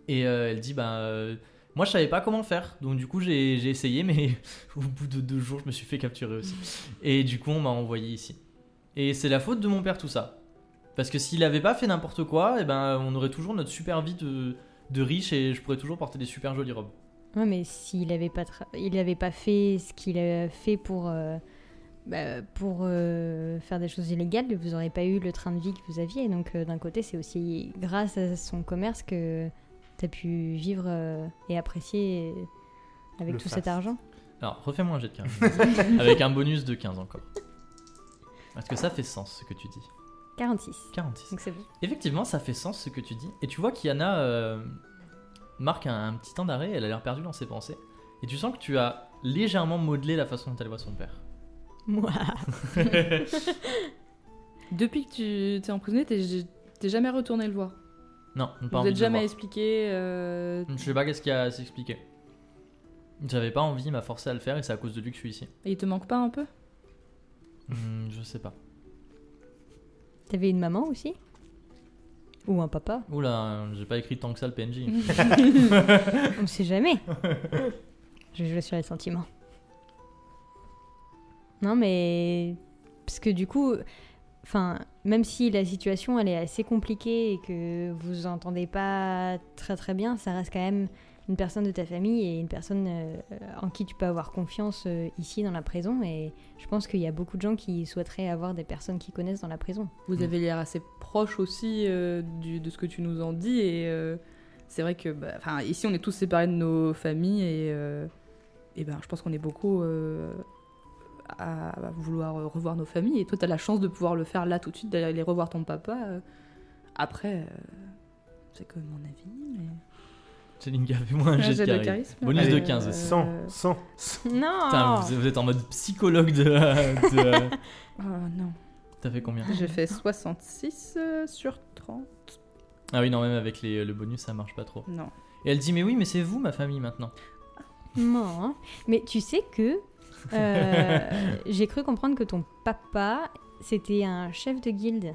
Et euh, elle dit Ben, euh, moi, je savais pas comment faire. Donc, du coup, j'ai j'ai essayé, mais au bout de deux jours, je me suis fait capturer aussi. Et du coup, on m'a envoyé ici. Et c'est la faute de mon père, tout ça. Parce que s'il avait pas fait n'importe quoi, eh ben, on aurait toujours notre super vie de, de riche et je pourrais toujours porter des super jolies robes.
Ouais, mais s'il avait pas, tra- il avait pas fait ce qu'il a fait pour, euh, bah, pour euh, faire des choses illégales, vous auriez pas eu le train de vie que vous aviez. Donc euh, d'un côté, c'est aussi grâce à son commerce que tu as pu vivre euh, et apprécier euh, avec
Le
tout cet
faste.
argent.
Alors, refais-moi un jet de 15. avec un bonus de 15 encore. Parce que ça fait sens ce que tu dis.
46.
46.
Donc c'est bon.
Effectivement, ça fait sens ce que tu dis. Et tu vois qu'Yana euh, marque un, un petit temps d'arrêt, elle a l'air perdue dans ses pensées. Et tu sens que tu as légèrement modelé la façon dont elle voit son père.
Moi.
Depuis que tu t'es emprisonné, t'es t'es jamais retourné le voir.
Non, on pas
Vous
envie
êtes
de le
jamais
voir. Mm.
expliqué. euh,
Je sais pas qu'est-ce qu'il y a à s'expliquer. J'avais pas envie, il m'a forcé à le faire et c'est à cause de lui que je suis ici.
Et il te manque pas un peu
Hmm, je sais pas.
T'avais une maman aussi Ou un papa
Oula, j'ai pas écrit tant que ça le PNJ.
On sait jamais. Je joue sur les sentiments. Non, mais. Parce que du coup, enfin, même si la situation elle est assez compliquée et que vous entendez pas très très bien, ça reste quand même une personne de ta famille et une personne euh, en qui tu peux avoir confiance euh, ici dans la prison. Et je pense qu'il y a beaucoup de gens qui souhaiteraient avoir des personnes qu'ils connaissent dans la prison.
Vous
Mm.
avez l'air assez proche aussi euh, du- de ce que tu nous en dis et euh, c'est vrai que bah, enfin, ici on est tous séparés de nos familles et, euh, et ben, je pense qu'on est beaucoup euh, à, à vouloir euh, revoir nos familles et toi t'as la chance de pouvoir le faire là tout de suite, d'aller revoir ton papa. euh. Après, euh, c'est que mon avis. Mais...
Céline, fais-moi
Ah,
un
Un jet
jet
de
de charisme.
charisme. Euh,
Bonus
de
15 aussi.
100, 100,
Non
Putain, vous, vous êtes en mode psychologue de. de-
Oh non.
T'as fait combien
J'ai fait 66 euh, sur 30.
Ah oui, non, même avec les- le bonus, ça marche pas trop.
Non.
Et elle dit Mais oui, mais c'est vous ma famille maintenant.
Non, hein. mais tu sais que euh, j'ai cru comprendre que ton papa, c'était un chef de guilde.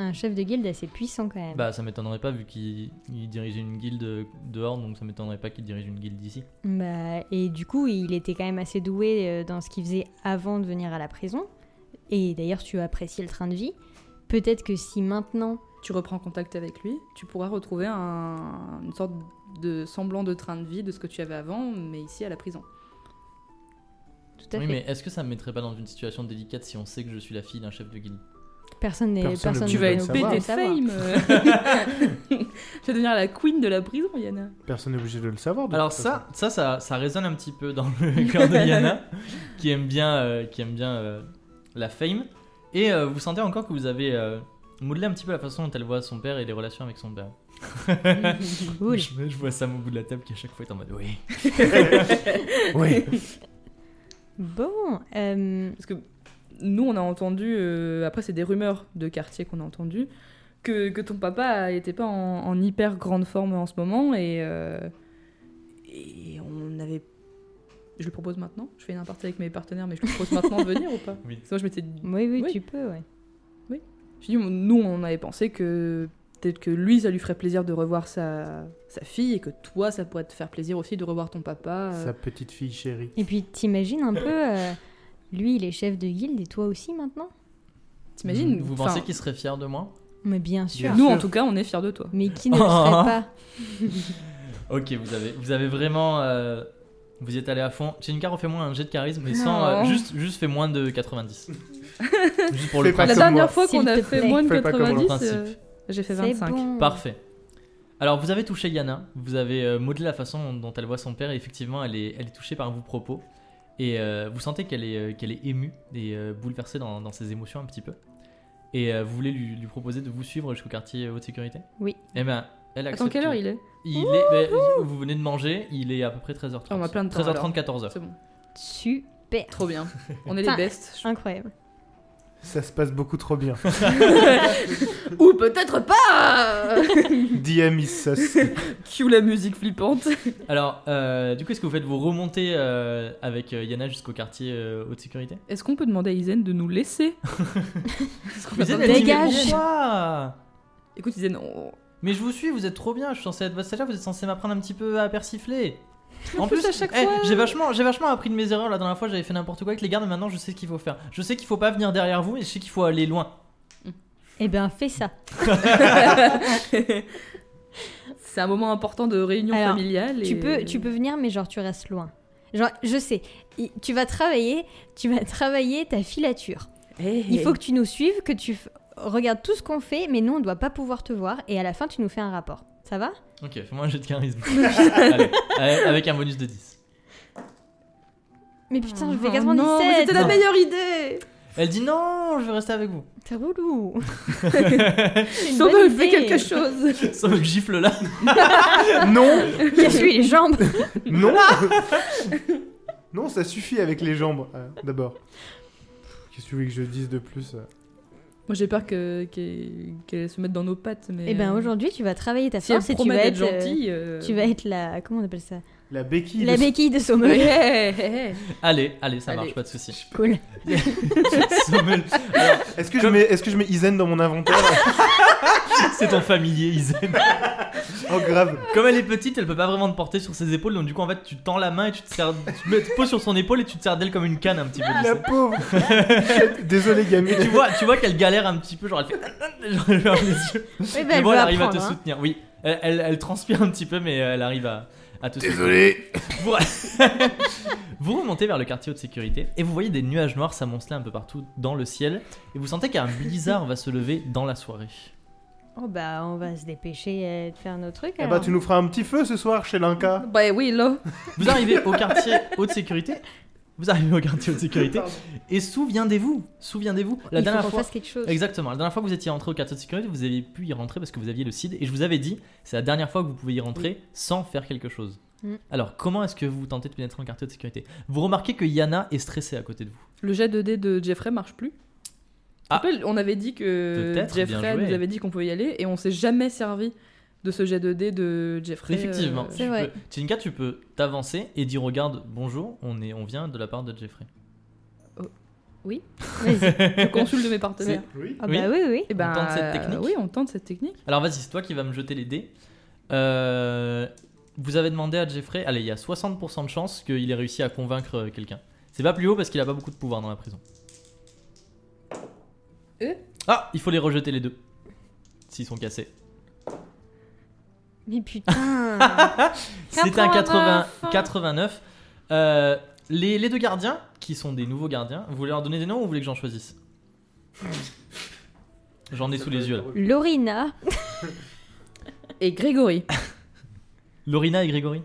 Un chef de guilde assez puissant quand même.
Bah, ça m'étonnerait pas vu qu'il il dirigeait une guilde dehors, donc ça m'étonnerait pas qu'il dirige une guilde ici.
Bah, et du coup, il était quand même assez doué euh, dans ce qu'il faisait avant de venir à la prison. et d'ailleurs tu as apprécié le train de vie, peut-être que si maintenant,
Tu reprends contact avec lui, tu pourras retrouver un- une sorte de semblant de train de vie de ce que tu avais avant, mais ici à la prison.
tout à
oui,
fait,
mais est-ce que ça me mettrait pas dans une situation délicate si on sait que je suis la fille d'un chef de guilde
personne n'est
Personne ne
personne
Tu
veut le
vas
n'est
être
savoir.
obligé de
pété
le
de
savoir.
fame. tu vas devenir la queen de la prison, Yana.
Personne n'est obligé de le savoir. de
Alors
toute
ça, ça, ça, ça résonne un petit peu dans le cœur de Yana, qui aime bien, euh, qui aime bien euh, la fame. Et euh, vous sentez encore que vous avez euh, modelé un petit peu la façon dont elle voit son père et les relations avec son père.
Cool.
Je, je vois Sam au bout de la table qui à chaque fois est en mode oui.
façon. Oui.
Bon, euh,
Parce que nous, on a entendu, euh, après c'est des rumeurs de quartier qu'on a entendu, que, que ton papa n'était pas en, en hyper grande forme en ce moment et, euh, et on avait... Je le propose maintenant Je fais une aparté avec mes partenaires, mais je le propose maintenant de venir ou pas
Oui.
Parce que Moi, je m'étais
oui, oui,
Oui.
tu peux, ouais.
J'ai dit, nous, on avait pensé que peut-être que lui, ça lui ferait plaisir de revoir sa, sa fille et que toi, ça pourrait te faire plaisir aussi de revoir ton papa. euh.
Sa petite fille chérie.
Et puis t'imagines un peu, euh, lui il est chef de guilde et toi aussi maintenant
T'imagines
Vous
Enfin,
pensez qu'il serait fier de moi
Mais bien sûr.
Bien
Nous,
sûr.
en tout cas, on est fiers de toi.
Mais qui ne le
Oh.
serait pas
Ok, vous avez, vous avez vraiment, euh, vous y êtes allé à fond. Chinka, refais-moi un jet de charisme, mais sans,
Non.
euh, juste, juste fais moins de 90. juste pour
Fais
le principe.
pas
La
comme
dernière
moi.
fois
S'il
qu'on a
te
fait
plaît.
moins de
Fais pas comme moi.
90,
Principe.
euh, j'ai fait
C'est
25.
bon.
Parfait. Alors, vous avez touché Yana, vous avez euh, modelé la façon dont elle voit son père, et effectivement, elle est, elle est touchée par vos propos, et euh, vous sentez qu'elle est, euh, qu'elle est émue et euh, bouleversée dans, dans ses émotions un petit peu. Et euh, vous voulez lui, lui proposer de vous suivre jusqu'au quartier euh, haute sécurité
Oui.
Eh ben, elle accepte.
Attends, quelle heure il est
Il est, ben, vous venez de manger, il est à peu près 13h30.
Ah, on a plein de temps,
13h30, 14h.
C'est bon.
Super.
Trop bien. On est les
Putain.
best.
Incroyable.
Ça se passe beaucoup trop bien.
Ou peut-être pas
Diamis, ça se-
Cue la musique flippante.
Alors, euh, du coup, est-ce que vous faites vous remonter euh, avec euh, Yana jusqu'au quartier euh, haute sécurité
Est-ce qu'on peut demander à Izen de nous laisser
Vous êtes
attend- Dégage
Écoute, Izen, on...
Mais je vous suis, vous êtes trop bien, je suis censé être votre stagiaire, vous êtes censé m'apprendre un petit peu à persifler. En
plus, à chaque
eh,
fois-
j'ai vachement, j'ai vachement appris de mes erreurs la dernière fois, j'avais fait n'importe quoi avec les gardes et maintenant je sais ce qu'il faut faire. Je sais qu'il faut pas venir derrière vous et je sais qu'il faut aller loin.
Eh ben fais ça.
C'est un moment important de réunion
Alors,
familiale.
Tu
et-
peux, tu peux venir, mais genre tu restes loin. Genre, je sais, i- tu vas travailler, tu vas travailler ta filature.
Hey.
Il faut que tu nous suives, que tu f- regardes tout ce qu'on fait, mais nous on doit pas pouvoir te voir, et à la fin tu nous fais un rapport. Ça va
Ok, fais-moi un jeu de charisme. Allez, allez, avec un bonus de 10.
Mais putain, je fais
Oh non, mais
97
C'était la
Non.
meilleure idée
Elle dit non, je veux rester avec vous.
T'es relou C'est une bonne
Sauveur, fais
idée.
quelque chose
Sauf que gifle là.
Non
Casse-lui les jambes
Non Non, ça suffit avec les jambes, euh, d'abord. Qu'est-ce que tu veux que je dise de plus euh
Moi, j'ai peur que- qu'elle qu'elle se mette dans nos pattes. Mais
Et ben
euh,
aujourd'hui tu vas travailler ta
si elle
force et tu
promet
vas
d'être
être, euh,
gentille, euh,
tu vas être la comment on appelle ça
La béquille.
La
de-
béquille de
Ouais,
Sommel.
hey, hey.
Allez, allez, ça
Allez.
marche, pas de soucis.
Cool.
Sommel. Alors,
Est-ce que, je mets... Est que je mets Izen dans mon inventaire
c'est ton familier, Izen.
Oh, grave.
Comme elle est petite, elle peut pas vraiment te porter sur ses épaules, donc du coup en fait tu tends la main et tu te serres, tu mets- tu poses sur son épaule et tu te serres d'elle comme une canne un petit peu. tu
La
sais.
pauvre. Désolé, gamine.
Tu vois, tu vois qu'elle galère un petit peu, genre elle fait genre, elle ferme les yeux.
Oui,
Mais
elle
bon,
veut
elle arrive à
apprendre,
te
hein.
soutenir. Oui, elle, elle- elle transpire un petit peu, mais euh, elle arrive à, à te soutenir.
Désolé.
Vous... vous remontez vers le quartier de sécurité et vous voyez des nuages noirs s'amonceler un peu partout dans le ciel et vous sentez qu'un blizzard va se lever dans la soirée.
Oh bah on va se dépêcher euh, de faire nos trucs.
Eh bah,
alors.
tu nous feras un petit feu ce soir chez l'Inca.
Bah oui, là.
Vous arrivez au quartier haute sécurité. Vous arrivez au quartier haute sécurité et souviendez-vous, souviendez-vous, la
Il faut
dernière
qu'on
fois.
fasse quelque chose.
Exactement. La dernière fois que vous étiez rentré au quartier de sécurité, vous avez pu y rentrer parce que vous aviez le CID. Et je vous avais dit, c'est la dernière fois que vous pouvez y rentrer sans faire quelque chose.
Mm.
Alors, comment est-ce que vous tentez de pénétrer dans le quartier de sécurité Vous remarquez que Yana est stressée à côté de vous.
Le jet de dés de Jeffrey marche plus.
Ah.
Rappelle, on avait dit que
Peut-être, bien
Jeffrey
joué.
nous avait dit qu'on pouvait y aller et on s'est jamais servi de ce jet de dés de Jeffrey.
Effectivement.
euh,
C'est
tu
vrai.
peux- Tinka, tu peux t'avancer et dire regarde, bonjour, on, est, on vient de la part de Jeffrey.
Vas-y.
le euh, consul de mes partenaires.
Oui.
Ah
Oui.
bah oui oui.
Et ben,
On tente cette
euh,
technique
Oui, on tente cette technique.
Alors, vas-y, c'est toi qui vas me jeter les dés. Euh, vous avez demandé à Jeffrey, allez, il y a 60% de chance qu'il ait réussi à convaincre euh, quelqu'un. C'est pas plus haut parce qu'il a pas beaucoup de pouvoir dans la prison. Ah, il faut les rejeter les deux. S'ils sont cassés.
Mais putain
C'est un 80
89.
89. Euh, les, les deux gardiens, qui sont des nouveaux gardiens, vous voulez leur donner des noms ou vous voulez que j'en choisisse J'en ai sous les yeux là.
Ah
Lorina
Et Grégory.
Lorina et Grégory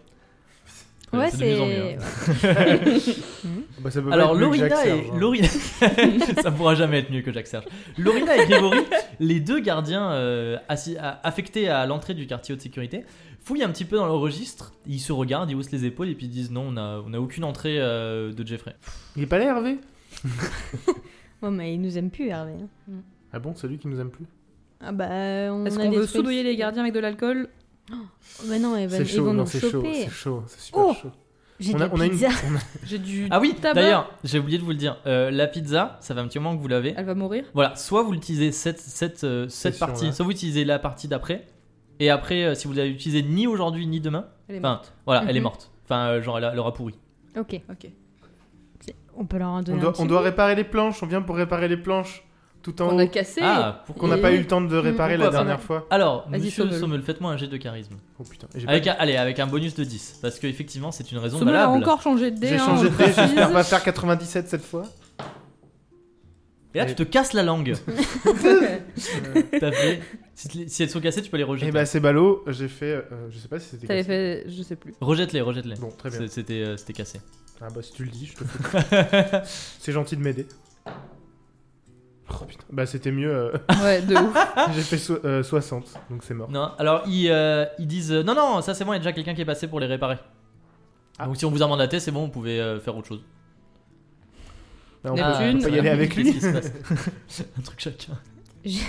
Très bien,
Ouais,
de mieux en mieux,
c'est.
hein.
Bah, ça peut pas
Alors
être mieux que
Lorina
Jacques
et
Serge, hein.
Lorina, ça pourra jamais être mieux que Jacques Serge. Lorina et Grégory, les deux gardiens euh, assis- à- affectés à l'entrée du quartier haute sécurité, fouillent un petit peu dans leur registre. Ils se regardent, ils haussent les épaules et puis ils disent non, on n'a on a aucune entrée euh, de Jeffrey.
Il est pas là, Hervé
Ouais, mais il nous aime plus, Hervé. hein.
Ah bon, c'est lui qui nous aime plus.
Ah bah, on
Est-ce
a
qu'on
des
veut
trucs-
soudoyer les gardiens avec de l'alcool
Bah non, ils vont,
C'est
ils
chaud,
vont
non,
nous
c'est chaud,
choper.
c'est chaud, c'est super
Oh
chaud.
J'ai
On
de
a,
la
on a une.
pizza.
on a-
J'ai du.
Ah oui,
tabac.
d'ailleurs, j'ai oublié de vous le dire. euh, la pizza, ça fait un petit moment que vous l'avez.
Elle va mourir.
Voilà, soit vous l'utilisez cette, cette, euh, cette
Session,
partie,
là.
soit vous utilisez la partie d'après. Et après, euh, si vous l'avez utilisée ni aujourd'hui ni demain,
Elle est
enfin,
morte.
voilà, elle est
Mhm.
morte. Enfin, euh, genre, elle, a- elle aura pourri.
Ok.
Ok.
C'est- On peut leur en
On
donner un
doit,
petit
on doit
peu.
réparer les planches, on vient pour réparer les planches tout en
On a
haut
cassé.
Ah, pourquoi
qu'on n'a
Et-
pas eu le temps de réparer la
Pourquoi pas
dernière fois.
Alors,
Vas-y,
monsieur
Sommel.
Sommel, faites-moi un jet de charisme.
Oh putain, j'ai pas-
Avec un- allez, avec un bonus de 10, parce qu'effectivement, c'est une raison
Ce mot a
valable.
encore changé de dé.
j'ai
hein,
changé
on
de
le
dé, j'espère
précise.
pas faire 97 cette fois.
Et là, tu te casses la langue. T'as fait- Si, te- si elles sont cassées, tu peux les rejeter.
Euh, Et bah c'est ballot, j'ai fait, euh, je sais pas si c'était
T'avais
cassé.
fait. Je sais plus.
Rejette-les, rejette-les.
Bon, très bien.
C'est- C'était euh, c'était cassé.
Ah bah si tu le dis, je te fais. c'est gentil de m'aider. Oh putain, bah c'était mieux, euh,
Ouais, de ouf.
j'ai fait so- euh, 60, donc c'est mort.
Non, alors ils, euh, ils disent euh, non, non, ça c'est bon, il y a déjà quelqu'un qui est passé pour les réparer.
Ah.
Donc si on vous amende la tête, c'est bon, vous pouvez euh, faire autre chose.
Là, Bah, on peut-
Ah,
on peut
très
y aller
bien.
avec
Qu'est-ce
lui.
qui se passe Un truc chacun.
J'ai-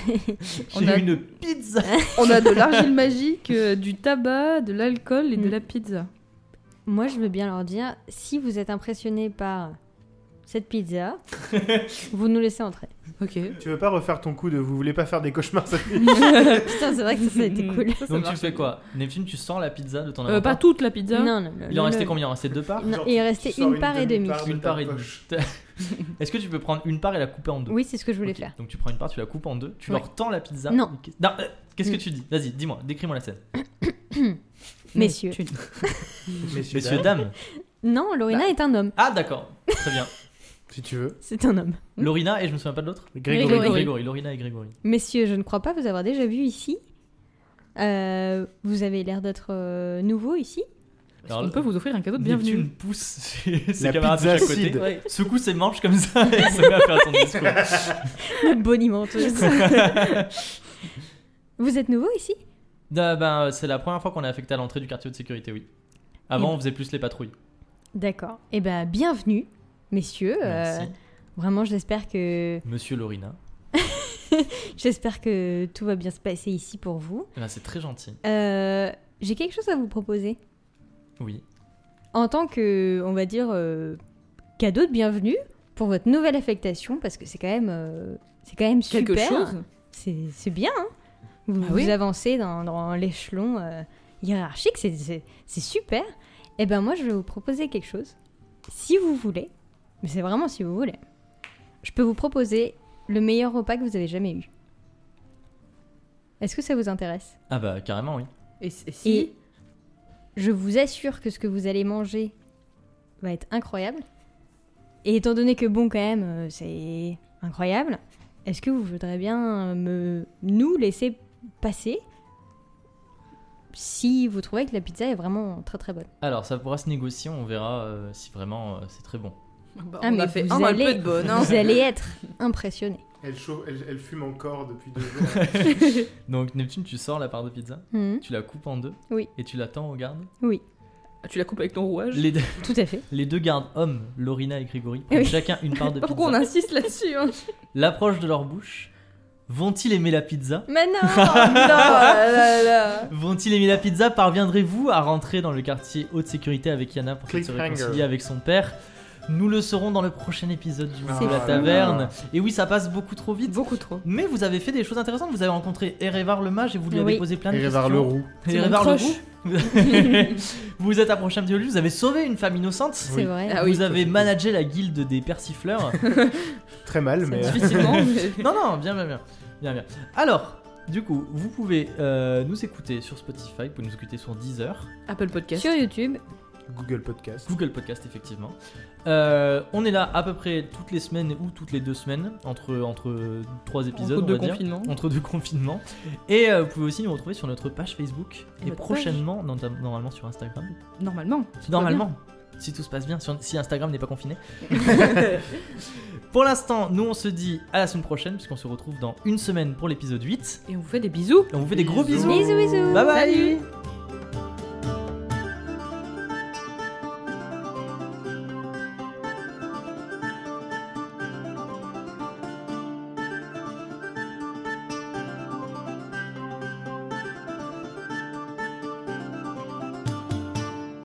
On
J'ai
a-
une pizza.
On a de l'argile magique, euh, du tabac, de l'alcool et de
Mm.
la pizza.
Moi, je veux bien leur dire si vous êtes impressionné par cette pizza, vous nous laissez entrer.
Ok.
Tu veux pas refaire ton coup de vous voulez pas faire des cauchemars cette nuit
Putain, c'est vrai que ça, ça a été cool.
Donc tu fais quoi Neptune, tu sens la pizza de ton
Euh,
inventaire
Pas toute la pizza.
Non, non, non.
Il en
non,
restait
non.
combien Il en restait deux parts
Non,
Genre,
il
tu-
restait
tu sors
une part et demie.
demi-part de
Une
Ah, ta
part et demie.
poche.
Est-ce que tu peux prendre une part et la couper en deux
Oui, c'est ce que je voulais
Ok,
faire.
Donc tu prends une part, tu la coupes en deux, tu
Ouais.
leur tends la pizza.
Non.
Et qu'est- Non, euh, qu'est-ce que
Mm.
tu dis Vas-y, dis-moi, décris-moi la scène.
Messieurs.
Tu-
Messieurs,
Messieurs,
dames,
dames.
Non, Lorena est un homme.
Ah, d'accord, très bien.
si tu veux.
Bah. C'est un homme.
Lorina et je me souviens pas de l'autre
Grégory.
Grégory.
Lorina et Grégory.
Messieurs, je ne crois pas vous avoir déjà vu ici. Euh, vous avez l'air d'être euh, nouveau ici.
Alors, euh,
On peut vous offrir un cadeau de bienvenue.
Neptune pousse ses ses
La
camarades de
pizza
chaque côté,
acide.
Ouais.
secoue ses manches comme ça et se met à faire son discours.
Le bonimenteuse. vous êtes nouveau ici
Ah, ben, c'est la première fois qu'on est affecté à l'entrée du quartier de sécurité, oui. Avant,
Mm.
on faisait plus les patrouilles.
D'accord. Eh ben, bienvenue, messieurs. Euh,
Merci.
vraiment, j'espère que
Monsieur Lorina.
j'espère que tout va bien se passer ici pour vous.
Eh ben, c'est très gentil.
Euh, J'ai quelque chose à vous proposer.
Oui.
En tant que, on va dire, euh, cadeau de bienvenue pour votre nouvelle affectation, parce que c'est quand même, euh, c'est quand même super.
Quelque chose.
C'est c'est bien. hein. vous,
Ah oui.
vous avancez dans, dans l'échelon euh, hiérarchique, c'est- c'est c'est super. Et ben moi, je vais vous proposer quelque chose. Si vous voulez, mais c'est vraiment si vous voulez, je peux vous proposer le meilleur repas que vous avez jamais eu. Est-ce que ça vous intéresse
Ah, bah, carrément, oui.
Et, et si
Et- Je vous assure que ce que vous allez manger va être incroyable. Et étant donné que bon quand même, euh, c'est incroyable, est-ce que vous voudrez bien euh, me nous laisser passer si vous trouvez que la pizza est vraiment très très bonne
Alors, ça pourra se négocier, on verra euh, si vraiment euh, c'est très bon.
Bah,
Ah,
on
mais
a fait
vous
un mal
allez-
peu de bonne. hein.
Vous allez être impressionné.
Elle, chauffe- elle- elle fume encore depuis deux jours.
Donc, Neptune, tu sors la part de pizza
Hum,
Tu la coupes en deux
Oui.
Et tu l'attends au garde
Tu la coupes avec ton rouage.
les deux,
Tout à fait.
les deux gardes hommes, Lorina et Grégory, prennent
Oui.
chacun une part de
Pas pourquoi on
pizza.
insiste là-dessus. hein.
L'approche de leur bouche. Vont-ils aimer la pizza
Mais non
Oh, là, là, là.
Vont-ils aimer la pizza Parviendrez-vous à rentrer dans le quartier haute sécurité avec Yana pour qu'elle se
Cliffhanger.
réconcilie avec son père Nous le saurons dans le prochain épisode du Monde
C'est
de la
fou.
Taverne. Et oui, ça passe beaucoup trop vite.
Beaucoup trop.
Mais vous avez fait des choses intéressantes. Vous avez rencontré Erevar le mage et vous lui avez
Oui.
posé plein de
Et
questions.
vers le roux.
C'est mon
Erevar le
crush.
roux. vous vous êtes approché un petit peu de lui. Vous avez sauvé une femme innocente.
C'est
Oui.
vrai.
Ah
vous
oui.
avez
ça, c'est
managé la guilde des persifleurs.
Très mal, mais. euh,
Difficilement. mais-
non, non, bien, bien, bien. bien, bien. Alors, du coup, vous pouvez euh, nous écouter sur Spotify, vous pouvez nous écouter sur Deezer,
Apple Podcast.
Sur YouTube,
euh, Google Podcast.
Google Podcast, effectivement. Euh, on est là à peu près toutes les semaines ou toutes les deux semaines, entre, entre trois épisodes,
Entre deux
on va dire.
confinements.
Entre deux confinements. Et euh, vous pouvez aussi nous retrouver sur notre page Facebook et,
Notre
prochainement, nota- normalement sur Instagram.
Normalement.
Normalement, si tout se passe bien, si on- si Instagram n'est pas confiné. Pour l'instant, nous on se dit à la semaine prochaine, puisqu'on se retrouve dans une semaine pour l'épisode 8.
Et on vous fait des bisous.
On vous fait des gros
Bisous.
bisous.
bisous bisous.
Bye bye.
Salut.